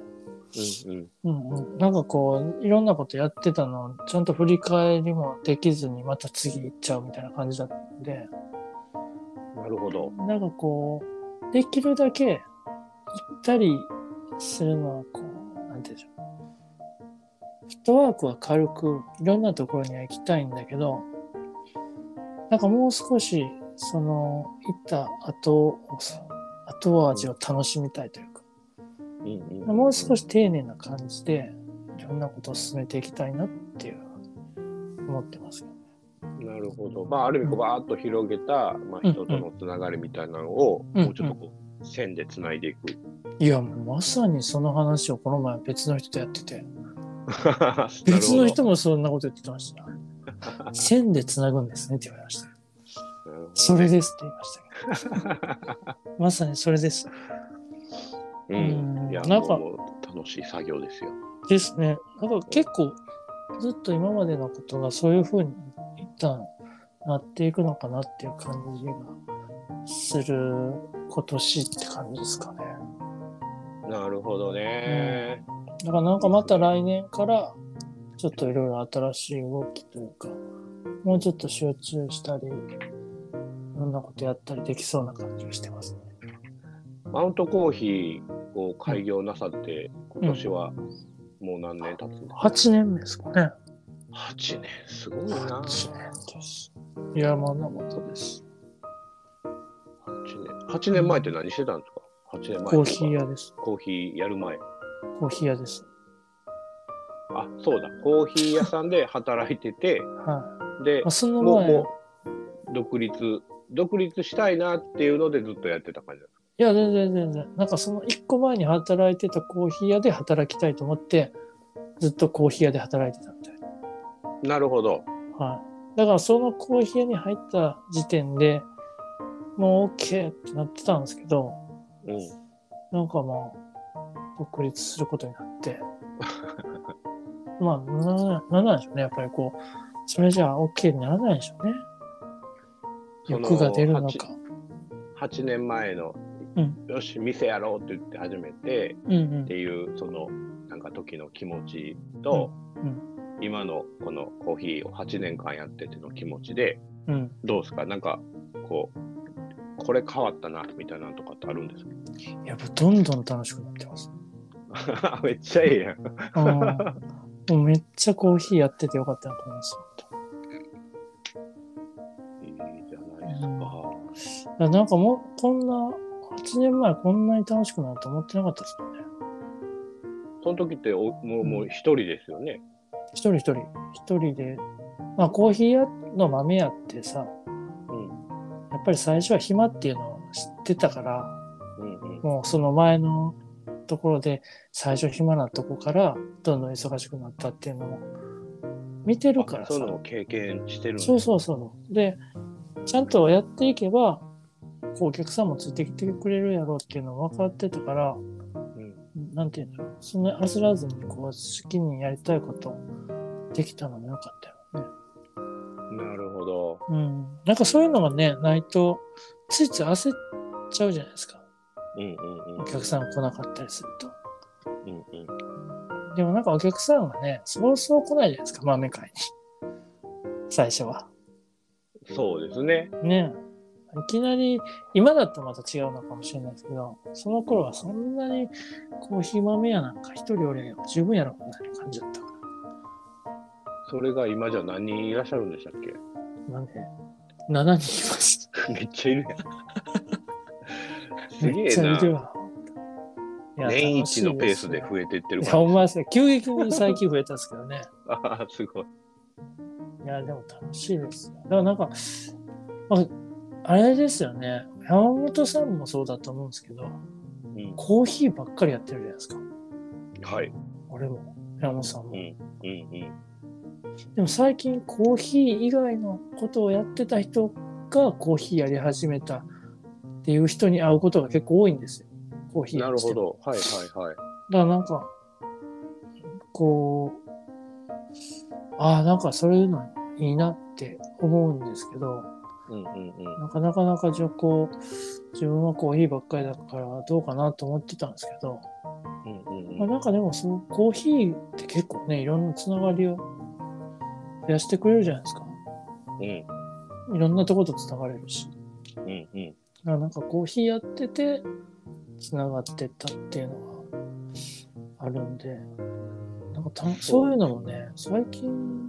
Speaker 2: うんうん。
Speaker 1: うんうん、なんかこう、いろんなことやってたのをちゃんと振り返りもできずにまた次行っちゃうみたいな感じだったんで、
Speaker 2: なるほど。
Speaker 1: なんかこう、できるだけ行ったりするのはこう、なんていうんでしょう。フットワークは軽く、いろんなところには行きたいんだけど、なんかもう少し、その、行った後をさ、後味を楽しみたいというか、
Speaker 2: うんうん
Speaker 1: もう少し丁寧な感じで、いろんなことを進めていきたいなっていう、思ってますけど。
Speaker 2: なるほど。まあ、ある意味、こうバーッと広げた、ま
Speaker 1: うんう
Speaker 2: あ、
Speaker 1: ん
Speaker 2: 人とのつながりみたいなのを、
Speaker 1: うんうん
Speaker 2: もうちょっとこう、線でつないでいく。
Speaker 1: いや、もうまさにその話をこの前別の人とやってて、別
Speaker 2: 別
Speaker 1: の人もそんなこと言ってました。線でつなぐんですねって言われました。それですって言いましたけど。まさにそれです。
Speaker 2: うん。いや、
Speaker 1: なんか
Speaker 2: もう楽しい作業ですよ。
Speaker 1: ですね。なんか結構ずっと今までのことがそういうふうに一旦なっていくのかなっていう感じがする今年って感じですかね。
Speaker 2: なるほどね。
Speaker 1: だからなんかまた来年からちょっといろいろ新しい動きというか、もうちょっと集中したり、いろんなことやったりできそうな感じがしてますね。
Speaker 2: マウントコーヒーを開業なさって、今年はもう何年経つんだ
Speaker 1: 8年目ですかね。
Speaker 2: ?8 年。すごいな。
Speaker 1: 8
Speaker 2: 8
Speaker 1: 年です。いや、まあ、なことです。
Speaker 2: 年。八年前って何してたんですか ?8 年前とか。
Speaker 1: コーヒー屋です。
Speaker 2: コーヒーやる前。
Speaker 1: コーヒー屋です。
Speaker 2: あ、そうだ。コーヒー屋さんで働いてて、
Speaker 1: はい。
Speaker 2: で
Speaker 1: まあ、、その
Speaker 2: もう、
Speaker 1: 前、
Speaker 2: もう、独立、独立したいなっていうのでずっとやってた感じだった
Speaker 1: いや、全然全然。なんかその1個前に働いてたコーヒー屋で働きたいと思って、ずっとコーヒー屋で働いてたみたいな。
Speaker 2: なるほど。
Speaker 1: はい。だからそのコーヒー屋に入った時点で、もう OK ってなってたんですけど、
Speaker 2: うん。
Speaker 1: なんかまあ、独立することにな って。まあ、ななんなんでしょうね。やっぱりこう、それじゃあ OK にならないでしょうね。
Speaker 2: その
Speaker 1: 欲が出るのか。
Speaker 2: 8年前の、
Speaker 1: うん
Speaker 2: よし、店やろうって言って始めて、
Speaker 1: うんうん
Speaker 2: って。いうそのなんか時の気持ちと、
Speaker 1: うんう
Speaker 2: 今のこのコーヒーを8年間やってての気持ちで
Speaker 1: うん、
Speaker 2: どうですかなんかこうこれ変わったなみたいなのとかってあるんです
Speaker 1: いや、もうどんどん楽しくなってます。
Speaker 2: か めっちゃいいやん。
Speaker 1: うん、 もうめっちゃコーヒーやっててよかったなと思います。
Speaker 2: いいじゃないですか。
Speaker 1: だからなんかもう、こんな、8年前こんなに楽しくなると思ってなかったですもんね。
Speaker 2: その時っておもうもう一人ですよね。
Speaker 1: 一人一人、一人で、まあコーヒー屋の豆屋ってさ、
Speaker 2: うん
Speaker 1: やっぱり最初は暇っていうのを知ってたから、
Speaker 2: うんうん
Speaker 1: もうその前のところで最初暇なとこからどんどん忙しくなったっていうのを見てるから
Speaker 2: あそ
Speaker 1: さ
Speaker 2: ういうのを経験してるんだ
Speaker 1: そうそうそうでちゃんとやっていけばこうお客さんもついてきてくれるやろうっていうのを分かってたから
Speaker 2: うん
Speaker 1: なんていうんだろう。そんなに焦らずに、こう、好きにやりたいことできたのも良かったよね。
Speaker 2: なるほど。
Speaker 1: うん、なんかそういうのがねないとついつい焦っちゃうじゃないですか
Speaker 2: うんうんうん
Speaker 1: お客さん来なかったりすると
Speaker 2: うんうん。
Speaker 1: でもなんかお客さんがねそうそう来ないじゃないですか豆会に最初は
Speaker 2: そうですね。
Speaker 1: ねいきなり今だとまた違うのかもしれないですけどその頃はそんなにコーヒー豆やなんか一人おりゃ十分やろみたいな感じだったか
Speaker 2: それが今じゃ何人いらっしゃるんでしたっ
Speaker 1: らなんで7人いまし
Speaker 2: け めっちゃいるやん。
Speaker 1: た
Speaker 2: す
Speaker 1: めっ
Speaker 2: げえ
Speaker 1: ちゃいる
Speaker 2: な。
Speaker 1: わいや
Speaker 2: 年一のペースで
Speaker 1: 楽しいすね
Speaker 2: 増えてってる
Speaker 1: いや、
Speaker 2: 感
Speaker 1: ほ
Speaker 2: じ。
Speaker 1: んまですね。急激に最近増えたんですけどね。
Speaker 2: ああ、すごい。
Speaker 1: いや、でも楽しいですよ。だからなんか、まあ、あれですよね。山本さんもそうだと思うんですけど、
Speaker 2: うん、
Speaker 1: コーヒーばっかりやってるじゃないですか。
Speaker 2: はい。
Speaker 1: 俺も、山本さんも。
Speaker 2: うんうん
Speaker 1: でも最近コーヒー以外のことをやってた人がコーヒーやり始めたっていう人に会うことが結構多いんですよ。コー
Speaker 2: う
Speaker 1: ヒ
Speaker 2: ん。
Speaker 1: ー
Speaker 2: なるほ
Speaker 1: ど
Speaker 2: ど。はいはいはい。
Speaker 1: だからなんか、こう、ああ、なんかそういうのいいなって思うんですけど、
Speaker 2: うんうんうん。
Speaker 1: なかなかなかじゃあこう、自分はコーヒーばっかりだからどうかなと思ってたんですけど、
Speaker 2: うんうん
Speaker 1: まあ、
Speaker 2: うん
Speaker 1: なんかでもそう、コーヒーって結構ね、いろんなつながりを増やしてくれるじゃないですか。
Speaker 2: うん
Speaker 1: いろんなとことつながれるし。
Speaker 2: うんうん。
Speaker 1: だからなんかコーヒーやってて、つながってったっていうのがあるんで、なんかたそういうのもね、最近、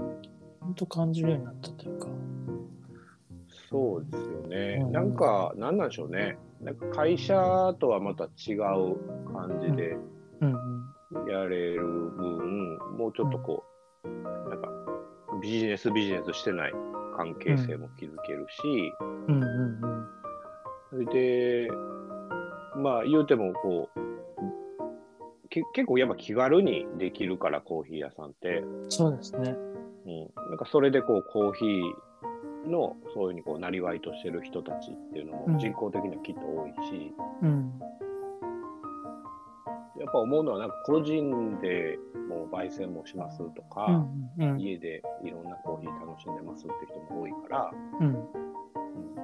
Speaker 1: ほんと感じるようになったというか。
Speaker 2: そうですよね
Speaker 1: う。ん
Speaker 2: なんか、なんなんでしょうね。なんか会社とはまた違う感じで
Speaker 1: うん
Speaker 2: やれる分、もうちょっとこう、なんか、ビジネスビジネスしてない関係性も築けるし、
Speaker 1: うん。うんうん
Speaker 2: それで、まあ、言うても、こう、け結構やっぱ気軽にできるから、コーヒー屋さんって。
Speaker 1: うん。そうですね。
Speaker 2: うん、なんかそれでこうコーヒーのそういうふうにこうなりわいとしてる人たちっていうの
Speaker 1: うん
Speaker 2: も人口的にはきっと多いし、
Speaker 1: うん。
Speaker 2: やっぱ思うのはなんか個人でもう焙煎もしますと
Speaker 1: う
Speaker 2: か、
Speaker 1: んうん
Speaker 2: 家でいろんなコーヒー楽しんでますっていう人も多いから、
Speaker 1: うん。
Speaker 2: うん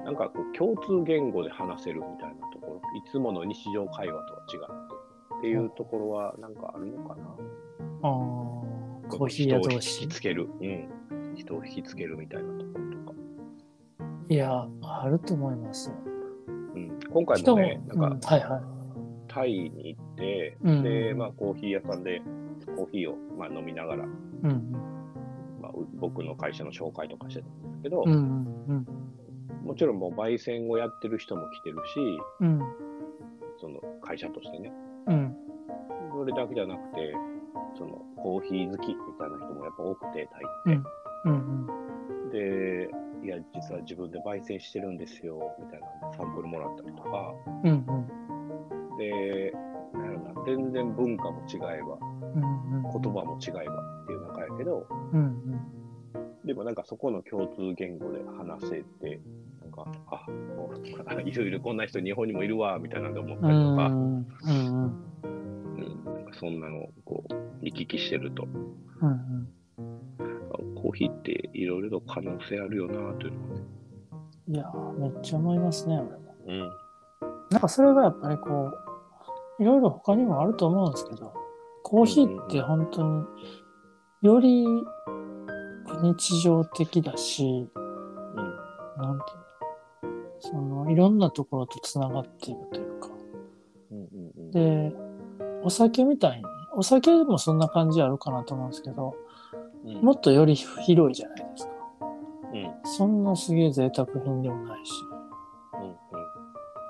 Speaker 2: なんかこう共通言語で話せるみたいなところいつもの日常会話とは違ってっていうところはなんかあるのかな、
Speaker 1: ああ、コーヒー屋同
Speaker 2: 人を
Speaker 1: 士
Speaker 2: 引き。つける、うん、人を引きつけるみたいなところとか。
Speaker 1: いや、あると思います。
Speaker 2: うん、今回
Speaker 1: しか
Speaker 2: も
Speaker 1: も、
Speaker 2: ね、なんか、
Speaker 1: うん、はいはい。
Speaker 2: タイに行って、
Speaker 1: うん
Speaker 2: で、まあ、コーヒー屋さんでコーヒーを、まあ、飲みながら、
Speaker 1: うん
Speaker 2: まあ、う僕の会社の紹介とかしてたんですけど、
Speaker 1: うん。うんうん
Speaker 2: もちろんもう焙煎をやってる人も来てるし、
Speaker 1: うん。
Speaker 2: その会社としてね、
Speaker 1: うん。
Speaker 2: それだけじゃなくて、そのコーヒー好きみたいな人もやっぱ多くて、タイ
Speaker 1: うん。
Speaker 2: で、いや、実は自分で焙煎してるんですよ、みたいなんで、サンプルもらったりとか、
Speaker 1: うん。うん。うん。
Speaker 2: で、なんやろな、全然文化も違えば、
Speaker 1: うん。
Speaker 2: 言葉も違えばっていう中やけど、
Speaker 1: うん。うん。
Speaker 2: でもなんかそこの共通言語で話せて、なんか、あ、もう いろいろこんな人日本にもいるわ、みたいなんで思った
Speaker 1: う
Speaker 2: り
Speaker 1: ん
Speaker 2: とか、
Speaker 1: うん。うん。
Speaker 2: うんなんかそんなのをこう、行き来してると、
Speaker 1: うん
Speaker 2: あコーヒーっていろいろと可能性あるよな、というのはね。
Speaker 1: うん、いやーめっちゃ思いますね俺も
Speaker 2: うん。
Speaker 1: なんかそれがやっぱりこういろいろ他にもあると思うんですけどコーヒーって本当により日常的だしなんていうのそのいろんなところとつながっているというか
Speaker 2: うん。うん。うん。
Speaker 1: でお酒みたいにお酒もそんな感じあるかなと思うんですけど
Speaker 2: うん、
Speaker 1: もっとより広いじゃないですか
Speaker 2: うん。うん。
Speaker 1: そんなすげえ贅沢品でもないし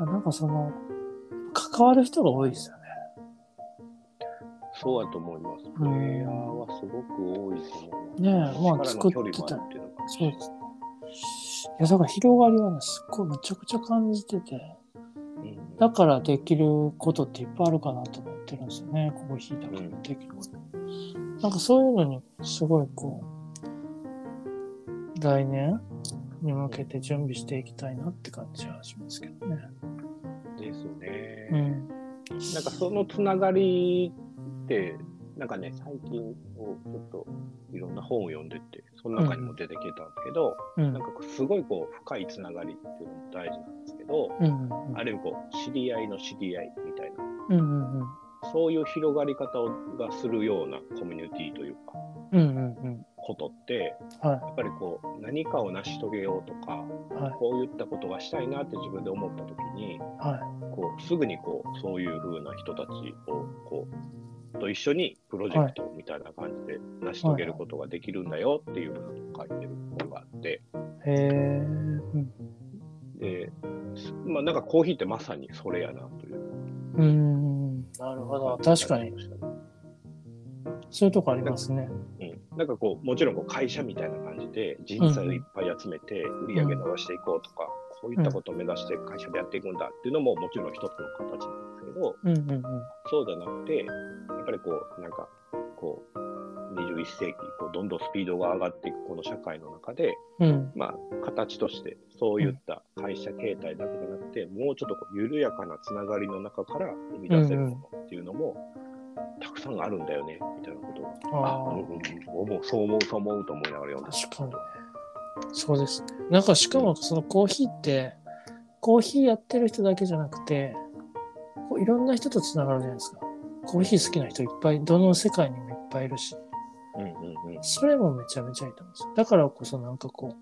Speaker 2: うん。
Speaker 1: なんかその関わる人が多いですよね
Speaker 2: そうだと思います。プレイヤーはすごく多いと思います。
Speaker 1: ねえまあ
Speaker 2: 力
Speaker 1: 作
Speaker 2: の
Speaker 1: っ
Speaker 2: 距離
Speaker 1: て
Speaker 2: もあ
Speaker 1: た
Speaker 2: るっていうのが。
Speaker 1: そうですねいやだから広がりはねすっごいめちゃくちゃ感じてて
Speaker 2: うん
Speaker 1: だからできることっていっぱいあるかなと思ってるんですよねコーヒーだけでできること、なんかそういうのにすごいこう来年に向けて準備していきたいなって感じはしますけどね
Speaker 2: ですよね。
Speaker 1: うん
Speaker 2: なんかそのつながりって、なんかね、最近こうちょっといろんな本を読んでって、その中にも出てきてたんですけど、
Speaker 1: うん
Speaker 2: なんかすごいこう深いつながりっていうのも大事なんですけど、
Speaker 1: うん
Speaker 2: ある意味こう、知り合いの知り合いみたいな、
Speaker 1: うんうん
Speaker 2: そういう広がり方をがするようなコミュニティというか、
Speaker 1: うんうんうんうん
Speaker 2: ことって、
Speaker 1: は
Speaker 2: やっぱりこう、何かを成し遂げようとか、
Speaker 1: いはい
Speaker 2: こういったことがしたいなって自分で思ったときに、
Speaker 1: は
Speaker 2: こうすぐにこうそういう風な人たちをこうと一緒にプロジェクトみたいな感じで成し遂げることができるんだよっていうふうなことを書いてる本があっ
Speaker 1: いへ
Speaker 2: て、
Speaker 1: えうん
Speaker 2: でまあ、なんかコーヒーってまさにそれやなという
Speaker 1: うんなるほど確かに
Speaker 2: 感じがし
Speaker 1: そういうとこありますね
Speaker 2: ましたね、うん、なんかこうもちろんこう会社みたいな感じで人材をいっぱい集めて売り上げ伸ばしていこうとか、こういったことを目指して会社でやっていくんだっていうのももちろん一つの形なんですけど、
Speaker 1: うんうんうん
Speaker 2: そうじゃなくて、やっぱりこう、なんか、こう、21世紀、こうどんどんスピードが上がっていくこの社会の中で、
Speaker 1: うん
Speaker 2: まあ、形として、そういった会社形態だけじゃなくて、もうちょっとこう緩やかなつながりの中から生み出せるものっていうのも、たくさんあるんだよね、みたいなことを、あ、
Speaker 1: あ
Speaker 2: う
Speaker 1: あ
Speaker 2: んうんうん、思う、そう思う、そう思うと思いながら読んだ。
Speaker 1: 確かにそうですねなんかしかもそのコーヒーってコーヒーやってる人だけじゃなくてこういろんな人とつながるじゃないですかコーヒー好きな人いっぱいどの世界にもいっぱいいるし
Speaker 2: うんうんうん。
Speaker 1: それもめちゃめちゃいいと思うんですよだからこそなんかこ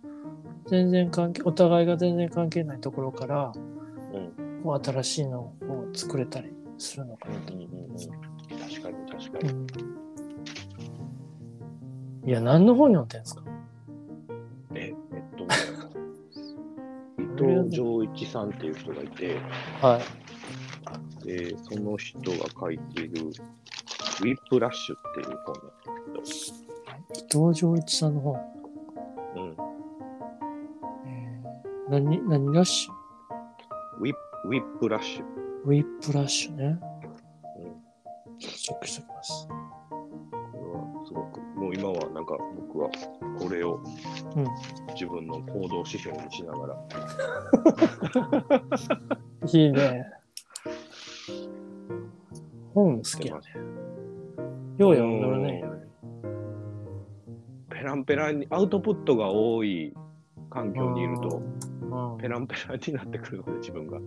Speaker 1: う全然関係お互いが全然関係ないところから
Speaker 2: うん
Speaker 1: こう新しいのをこう作れたりするのか
Speaker 2: うん
Speaker 1: な
Speaker 2: う
Speaker 1: と、
Speaker 2: んうんうん。確かに確か
Speaker 1: う
Speaker 2: に。
Speaker 1: んいや何の本読んでんですか
Speaker 2: え、えっと ね、伊藤丈一さんっていう人がいて、
Speaker 1: はい
Speaker 2: で、その人が書いている、ウィップラッシュっていう本なんです
Speaker 1: 伊藤浄一さんの本
Speaker 2: けど、うん、
Speaker 1: えー何、何ラッシュ
Speaker 2: ウィップウィップラッシュ。
Speaker 1: ウィップラッシュね。
Speaker 2: うん、
Speaker 1: チェックしておきます。
Speaker 2: これはすごく、もう今はなんか僕はこれを
Speaker 1: うん
Speaker 2: 自分の行動指標にしながら、
Speaker 1: いいね。本好
Speaker 2: し
Speaker 1: き
Speaker 2: て
Speaker 1: やね
Speaker 2: ま。す。
Speaker 1: よう読んどるね。
Speaker 2: うんペランペランに、アウトプットが多い環境にいると、
Speaker 1: うん。
Speaker 2: ペランペランになってくるので、自分が。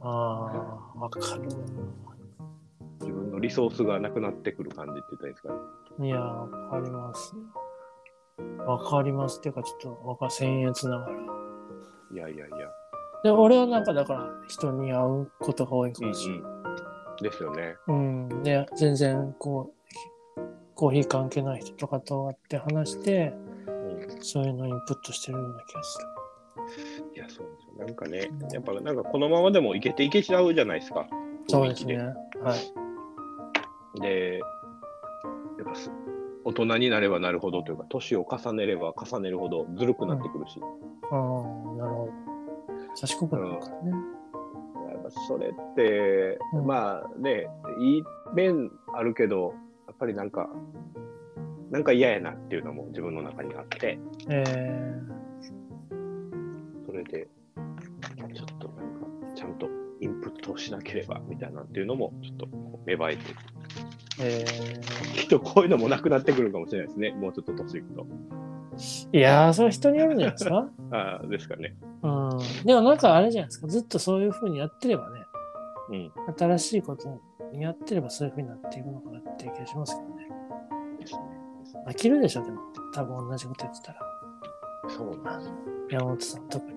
Speaker 1: ああー、わかる。
Speaker 2: 自分のリソースがなくなってくる感じって言ったらいいですかね。
Speaker 1: いやー、わかります。わかります。っていうか、ちょっと、わか、僭越ながら。
Speaker 2: いやいやいや。
Speaker 1: で、俺はなんか、だから、人に会うことが多いかもしれない。
Speaker 2: ですよね。
Speaker 1: うん、で全然こうコーヒー関係ない人とかと会って話して、そういうのインプットしてるような気がす
Speaker 2: いや、そうですよ。なんかね、やっぱなんかこのままでもいけていけちゃうじゃないですか。
Speaker 1: るそうで
Speaker 2: 雰
Speaker 1: す
Speaker 2: 囲気
Speaker 1: ねはい
Speaker 2: で。で、やっぱす大人になればなるほどというか、年を重ねれば重ねるほどずるくなってくるし、
Speaker 1: ああなるほど賢くなるからね
Speaker 2: やっぱそれって、
Speaker 1: うん
Speaker 2: まあね、いい面あるけど、やっぱりなんか、なんか嫌やなっていうのも自分の中にあって、
Speaker 1: え
Speaker 2: それで、ちょっとなんか、ちゃんとインプットをしなければみたいなっていうのも、ちょっとこう芽生えて
Speaker 1: ー、え
Speaker 2: きっとこういうのもなくなってくるかもしれないですね、もうちょっと年いくと。
Speaker 1: ー、いやーそれは人によるんじゃないです か
Speaker 2: ああ、ですかね。
Speaker 1: うんでもなんかあれじゃないですかずっとそういうふうにやってればね
Speaker 2: うん。
Speaker 1: 新しいことにやってればそういうふうになっていくのかなっていう気がしますけどね
Speaker 2: ですね。
Speaker 1: 飽きるでしょでも多分同じことやってたら
Speaker 2: そうなんです。
Speaker 1: 山本さん特に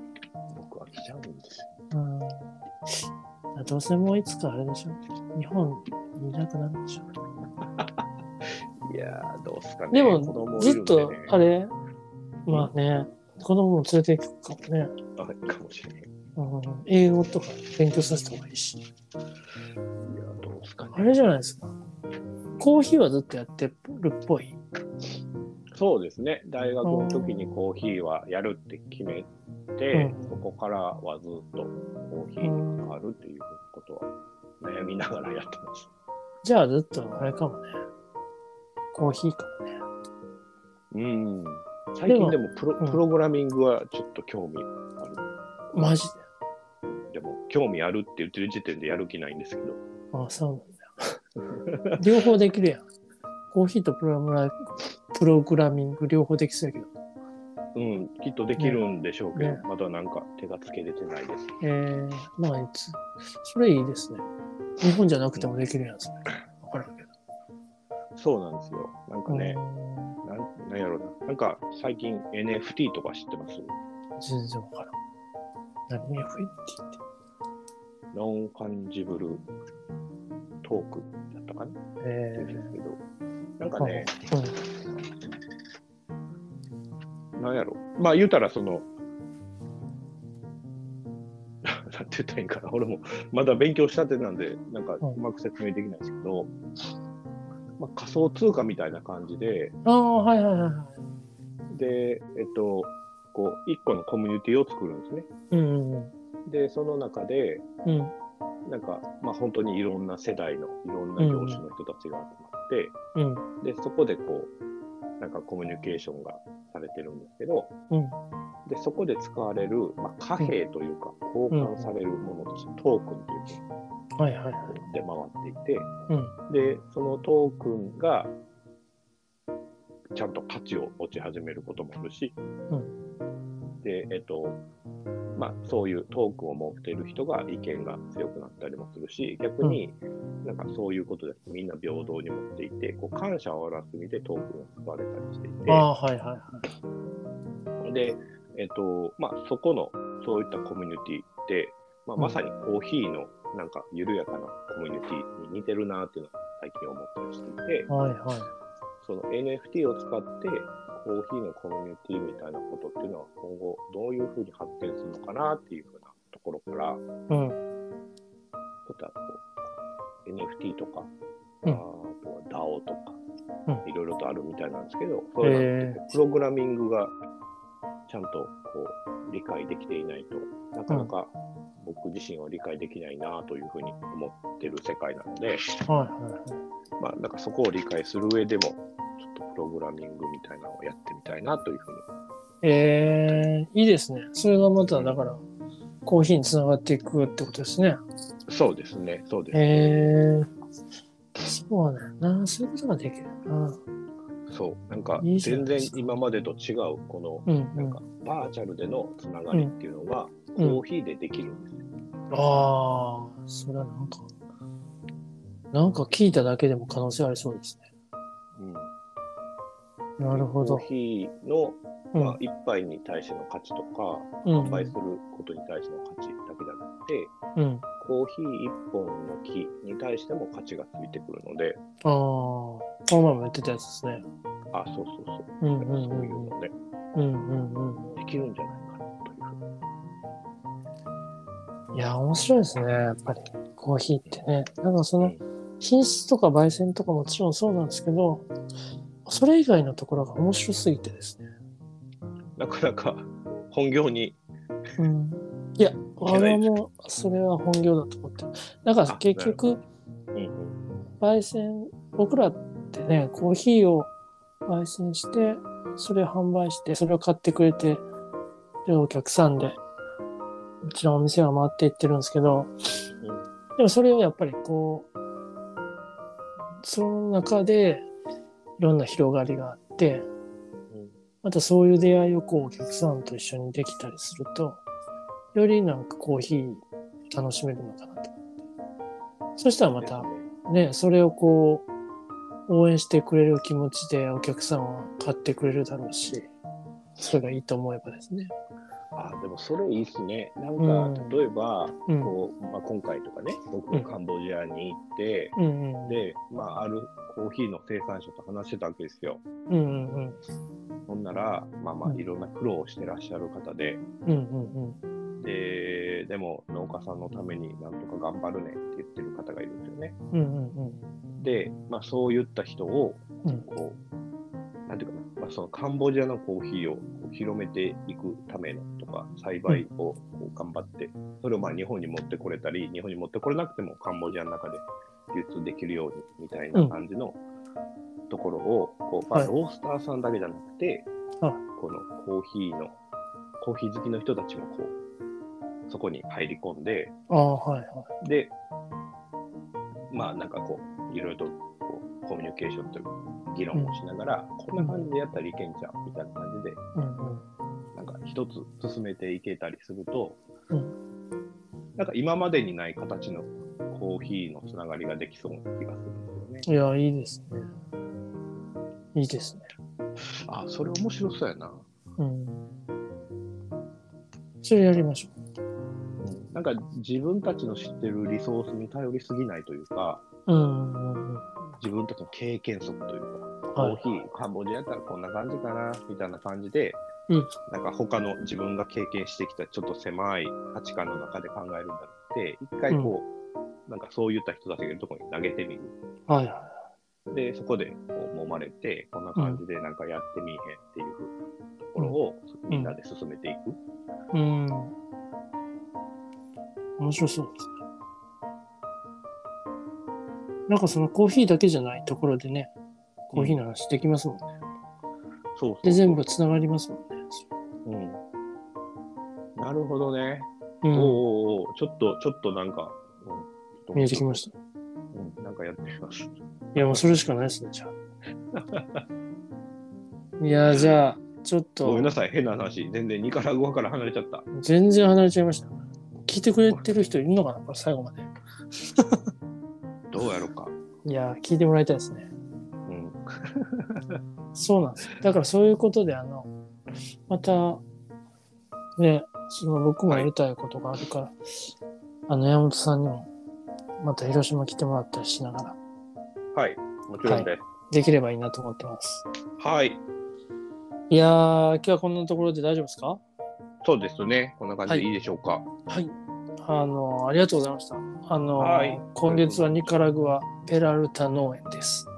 Speaker 2: 僕は来ちゃうんですよ。
Speaker 1: うん。どうせもういつかあれでしょ。日本にいなくなるでしょ。
Speaker 2: いやー、どうすかね。
Speaker 1: で
Speaker 2: 子供
Speaker 1: も、
Speaker 2: い
Speaker 1: ず
Speaker 2: る
Speaker 1: っ
Speaker 2: んでね
Speaker 1: と、あれ、まあね、子供も連れていくかもね。
Speaker 2: あかもしれない。い
Speaker 1: うん、英語とか勉強させた方がいいし。
Speaker 2: やー、どうすかね。
Speaker 1: あれじゃないですか。コーヒーはずっとやってるっぽい。
Speaker 2: そうですね。大学の時にコーヒーはやるって決めて、
Speaker 1: うん
Speaker 2: そこからはずっとコーヒーに関わるっていうことは悩みながらやってます。
Speaker 1: じゃあずっとあれかもね。コーヒーかもね。
Speaker 2: うん。最近でもプロ
Speaker 1: うん
Speaker 2: プログラミングはちょっと興味ある。
Speaker 1: マジで。
Speaker 2: でも、興味あるって言ってる時点でやる気ないんですけど。
Speaker 1: ああ、そうなんだ。両方できるやん。コーヒーとプログラプログラミング両方できそうやけど。
Speaker 2: うん、きっとできるんでしょうけど、
Speaker 1: ね
Speaker 2: まだなんか手がつけれてないです。
Speaker 1: えー、まあいつ、それいいですね。日本じゃなくてもできるやん、それ。わからんけど。
Speaker 2: そうなんですよ。なんかね、なんなんやろな。なんか最近 NFT とか知ってます
Speaker 1: うん全然わからん。何 FNT って。
Speaker 2: ノンファンジブルトークだったかな
Speaker 1: え
Speaker 2: って言うんですけど、なん
Speaker 1: ー
Speaker 2: かね、
Speaker 1: あうん
Speaker 2: なんやろ。まあ言うたらその、 なんて言ったらいいんかな。俺もまだ勉強したてなんで、なんかうまく説明できないですけど、まあ、仮想通貨みたいな感じで、
Speaker 1: ああ、はいはいはいはい。
Speaker 2: で、えっと、こう、一個のコミュニティを作るんですね。
Speaker 1: うんうん
Speaker 2: で、その中で、
Speaker 1: うん。うん
Speaker 2: なんか、まあ、本当にいろんな世代のいろんな業種の人たちが集まって、
Speaker 1: うん
Speaker 2: でそこでこうなんかコミュニケーションがされてるんですけど
Speaker 1: うん。
Speaker 2: でそこで使われる、まあ、貨幣というか交換されるものとして、トークンというの
Speaker 1: はいはいはい。
Speaker 2: が出回っていて
Speaker 1: うん。
Speaker 2: でそのトークンがちゃんと価値を持ち始めることもあるし、
Speaker 1: う
Speaker 2: でえっとまあ、そういうトークンを持っている人が意見が強くなったりもするし逆になんかそういうことでみんな平等に持っていてこう感謝を表す意味でトークンを使われたりしていて。
Speaker 1: ああ、はいはいはい。
Speaker 2: で、えっとまあ、そこのそういったコミュニティで、まあ、まさにコーヒーのなんか緩やかなコミュニティに似てるなっていうのを最近思ったりしていて、
Speaker 1: はいはい。
Speaker 2: その NFT を使ってコーヒーのコミュニティみたいなことっていうのは今後どういうふうに発展するのかなっていうふうなところから、
Speaker 1: うん。
Speaker 2: ちょっとあの NFT とか、
Speaker 1: うん
Speaker 2: あとは DAO とか、
Speaker 1: う
Speaker 2: いろいろとあるみたいなんですけど、そういうのってこうプログラミングがちゃんとこう理解できていないとなかなか僕自身は理解できないなというふうに思ってる世界なので、
Speaker 1: はいはいはい。
Speaker 2: まあ、なんかそこを理解する上でも、ちょっとプログラミングみたいなのをやってみたいなというふうに。
Speaker 1: えー、いいですね。それがまた、だから、コーヒーにつながっていくってことですね。
Speaker 2: そうですね、そうですね。
Speaker 1: えー、そうだよな。そういうことができるな。
Speaker 2: そう。なんか
Speaker 1: いいじゃな
Speaker 2: 全
Speaker 1: いで
Speaker 2: 然
Speaker 1: すか
Speaker 2: 今までと違う、こ
Speaker 1: う
Speaker 2: の
Speaker 1: んう
Speaker 2: なん
Speaker 1: ん。
Speaker 2: かバーチャルでのつながりっていうのが、
Speaker 1: うん
Speaker 2: コーヒーでできるんですよ。
Speaker 1: ああ、それはなんか、なんか聞いただけでも可能性ありそうですね。
Speaker 2: うん
Speaker 1: なるほ
Speaker 2: コ
Speaker 1: ど。
Speaker 2: ーヒーの、
Speaker 1: うん
Speaker 2: まあ、一杯に対しての価値とか、
Speaker 1: うん
Speaker 2: 販売することに対しての価値だけじゃなくて、
Speaker 1: うん。
Speaker 2: コーヒー一本の木に対しても価値がついてくるので、
Speaker 1: ああ、この前も言ってたやつですね。
Speaker 2: あ、そうそうそう。
Speaker 1: うん
Speaker 2: だ
Speaker 1: う
Speaker 2: から
Speaker 1: ん
Speaker 2: そうういうん
Speaker 1: うん。
Speaker 2: のね、
Speaker 1: うんうんうん。
Speaker 2: できるんじゃないかなというふうに。
Speaker 1: いや、面白いですね、やっぱり。コーヒーってね。なんかその、品質とか焙煎とかもちろんそうなんですけど、それ以外のところが面白すぎてですね。
Speaker 2: なかなか本業に、
Speaker 1: うん。いや、
Speaker 2: けな
Speaker 1: 俺
Speaker 2: いです
Speaker 1: もそれは本業だと思ってる。だから
Speaker 2: あ
Speaker 1: 結局、
Speaker 2: うんうん
Speaker 1: 焙煎、僕らってね、コーヒーを焙煎して、それを販売して、それを買ってくれて、で、お客さんで、うちのお店は回っていってるんですけど、でもそれをやっぱりこう、その中でいろんな広がりがあって、
Speaker 2: うん
Speaker 1: またそういう出会いをこうお客さんと一緒にできたりすると、よりなんかコーヒー楽しめるのかなと。そしたらまたね、それをこう、応援してくれる気持ちでお客さんは買ってくれるだろうし、それがいいと思えばですね。
Speaker 2: あでもそれいいっすね。なんか、
Speaker 1: うん
Speaker 2: 例えば、
Speaker 1: うん。うん
Speaker 2: こうまあ、今回とかね、僕がカンボジアに行って、
Speaker 1: うん。
Speaker 2: で、まあ、あるコーヒーの生産者と話してたわけですよ。
Speaker 1: うんうんうん。
Speaker 2: ほんなら、まあま
Speaker 1: う
Speaker 2: あ、
Speaker 1: ん
Speaker 2: いろんな苦労をしてらっしゃる方で、
Speaker 1: うんうんうん。
Speaker 2: で、でも農家さんのためになんとか頑張るねって言ってる方がいるんですよね。
Speaker 1: うんうんうん。
Speaker 2: で、まあ、そういった人を、
Speaker 1: うん
Speaker 2: こう、なんていうかな、まあ、そのカンボジアのコーヒーを広めていくためのとか、栽培をこう頑張って、それをまあ日本に持ってこれたり、日本に持ってこれなくてもカンボジアの中で流通できるようにみたいな感じのところを、こうまあ、
Speaker 1: はい
Speaker 2: ロースターさんだけじゃなくて、
Speaker 1: はい
Speaker 2: このコーヒーの、コーヒー好きの人たちもこう、そこに入り込んで、
Speaker 1: ああ、はいはい。
Speaker 2: で、まあなんかこう、いろいろとこうコミュニケーションというか議論をしながら、こんな感じでやったらいけんじゃんみたいな感じで
Speaker 1: うん
Speaker 2: なんか一つ進めていけたりすると、
Speaker 1: う
Speaker 2: なんか今までにない形のコーヒーのつながりができそうな気がするんです
Speaker 1: いや、いいですね。いいですね。
Speaker 2: よね。あ、それ面白そうやな。
Speaker 1: うん。それやりましょ
Speaker 2: なんか自分たちの知ってるリソースに頼りすぎないというか、
Speaker 1: う。うんうんうん。
Speaker 2: 自分たちの経験則というか、コ
Speaker 1: は
Speaker 2: ー
Speaker 1: い
Speaker 2: ヒー、カンボジアやったらこんな感じかな、みたいな感じで、
Speaker 1: うん
Speaker 2: なんか他の自分が経験してきたちょっと狭い価値観の中で考えるんだって、一回こう、なんかそういった人たちがいるところに投げてみる。
Speaker 1: はいは
Speaker 2: で、そこでこう揉まれて、こんな感じでなんかやってみえへんっていうところをみんなで進めていく。
Speaker 1: い。うん。面白そうですね。なんかそのコーヒーだけじゃないところでね、コーヒーの話できますもんね。
Speaker 2: そうそう
Speaker 1: で、全部つながりますもんね。
Speaker 2: うんなるほどね。
Speaker 1: うん。
Speaker 2: おうおうおうちょっと、ちょっとなんか、うん
Speaker 1: 見えてきま
Speaker 2: し
Speaker 1: した。い
Speaker 2: た、うんなんかやってみます。
Speaker 1: や、もうそれしかないですね、 じゃあ。いや、じゃあ、ちょっと。
Speaker 2: ごめんなさい、変な話。全然ニカラグアから離れちゃった。
Speaker 1: 全然離れちゃいました。聞いてくれてる人いるのかなこれ最後まで。
Speaker 2: どうやろうか。
Speaker 1: いやー、聞いてもらいたいですね。
Speaker 2: うん。
Speaker 1: そうなんですよ。だからそういうことで、あの、また、ね、その僕もやりたいことがあるから、あの、山本さんにも、また広島来てもらったりしながら、
Speaker 2: はい、もちろんです。
Speaker 1: できればいいなと思ってます。
Speaker 2: はい、
Speaker 1: いやー、今日はこんなところで大丈夫ですか
Speaker 2: そうですね。こんな感じでいいでしょうか。
Speaker 1: はい。あの、ありがとうございました。あの、
Speaker 2: はい
Speaker 1: 今月はニカラグア、ペラルタ農園です。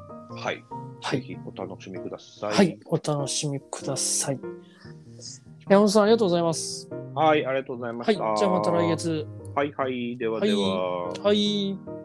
Speaker 2: はい、
Speaker 1: はい
Speaker 2: ぜ。ひお楽しみください。
Speaker 1: はい、お楽しみください。山本さん、ありがとうございます。
Speaker 2: はい、ありがとうございま
Speaker 1: はい、
Speaker 2: した。
Speaker 1: じゃあまた来。月。
Speaker 2: はいはい、ではでは。
Speaker 1: はい。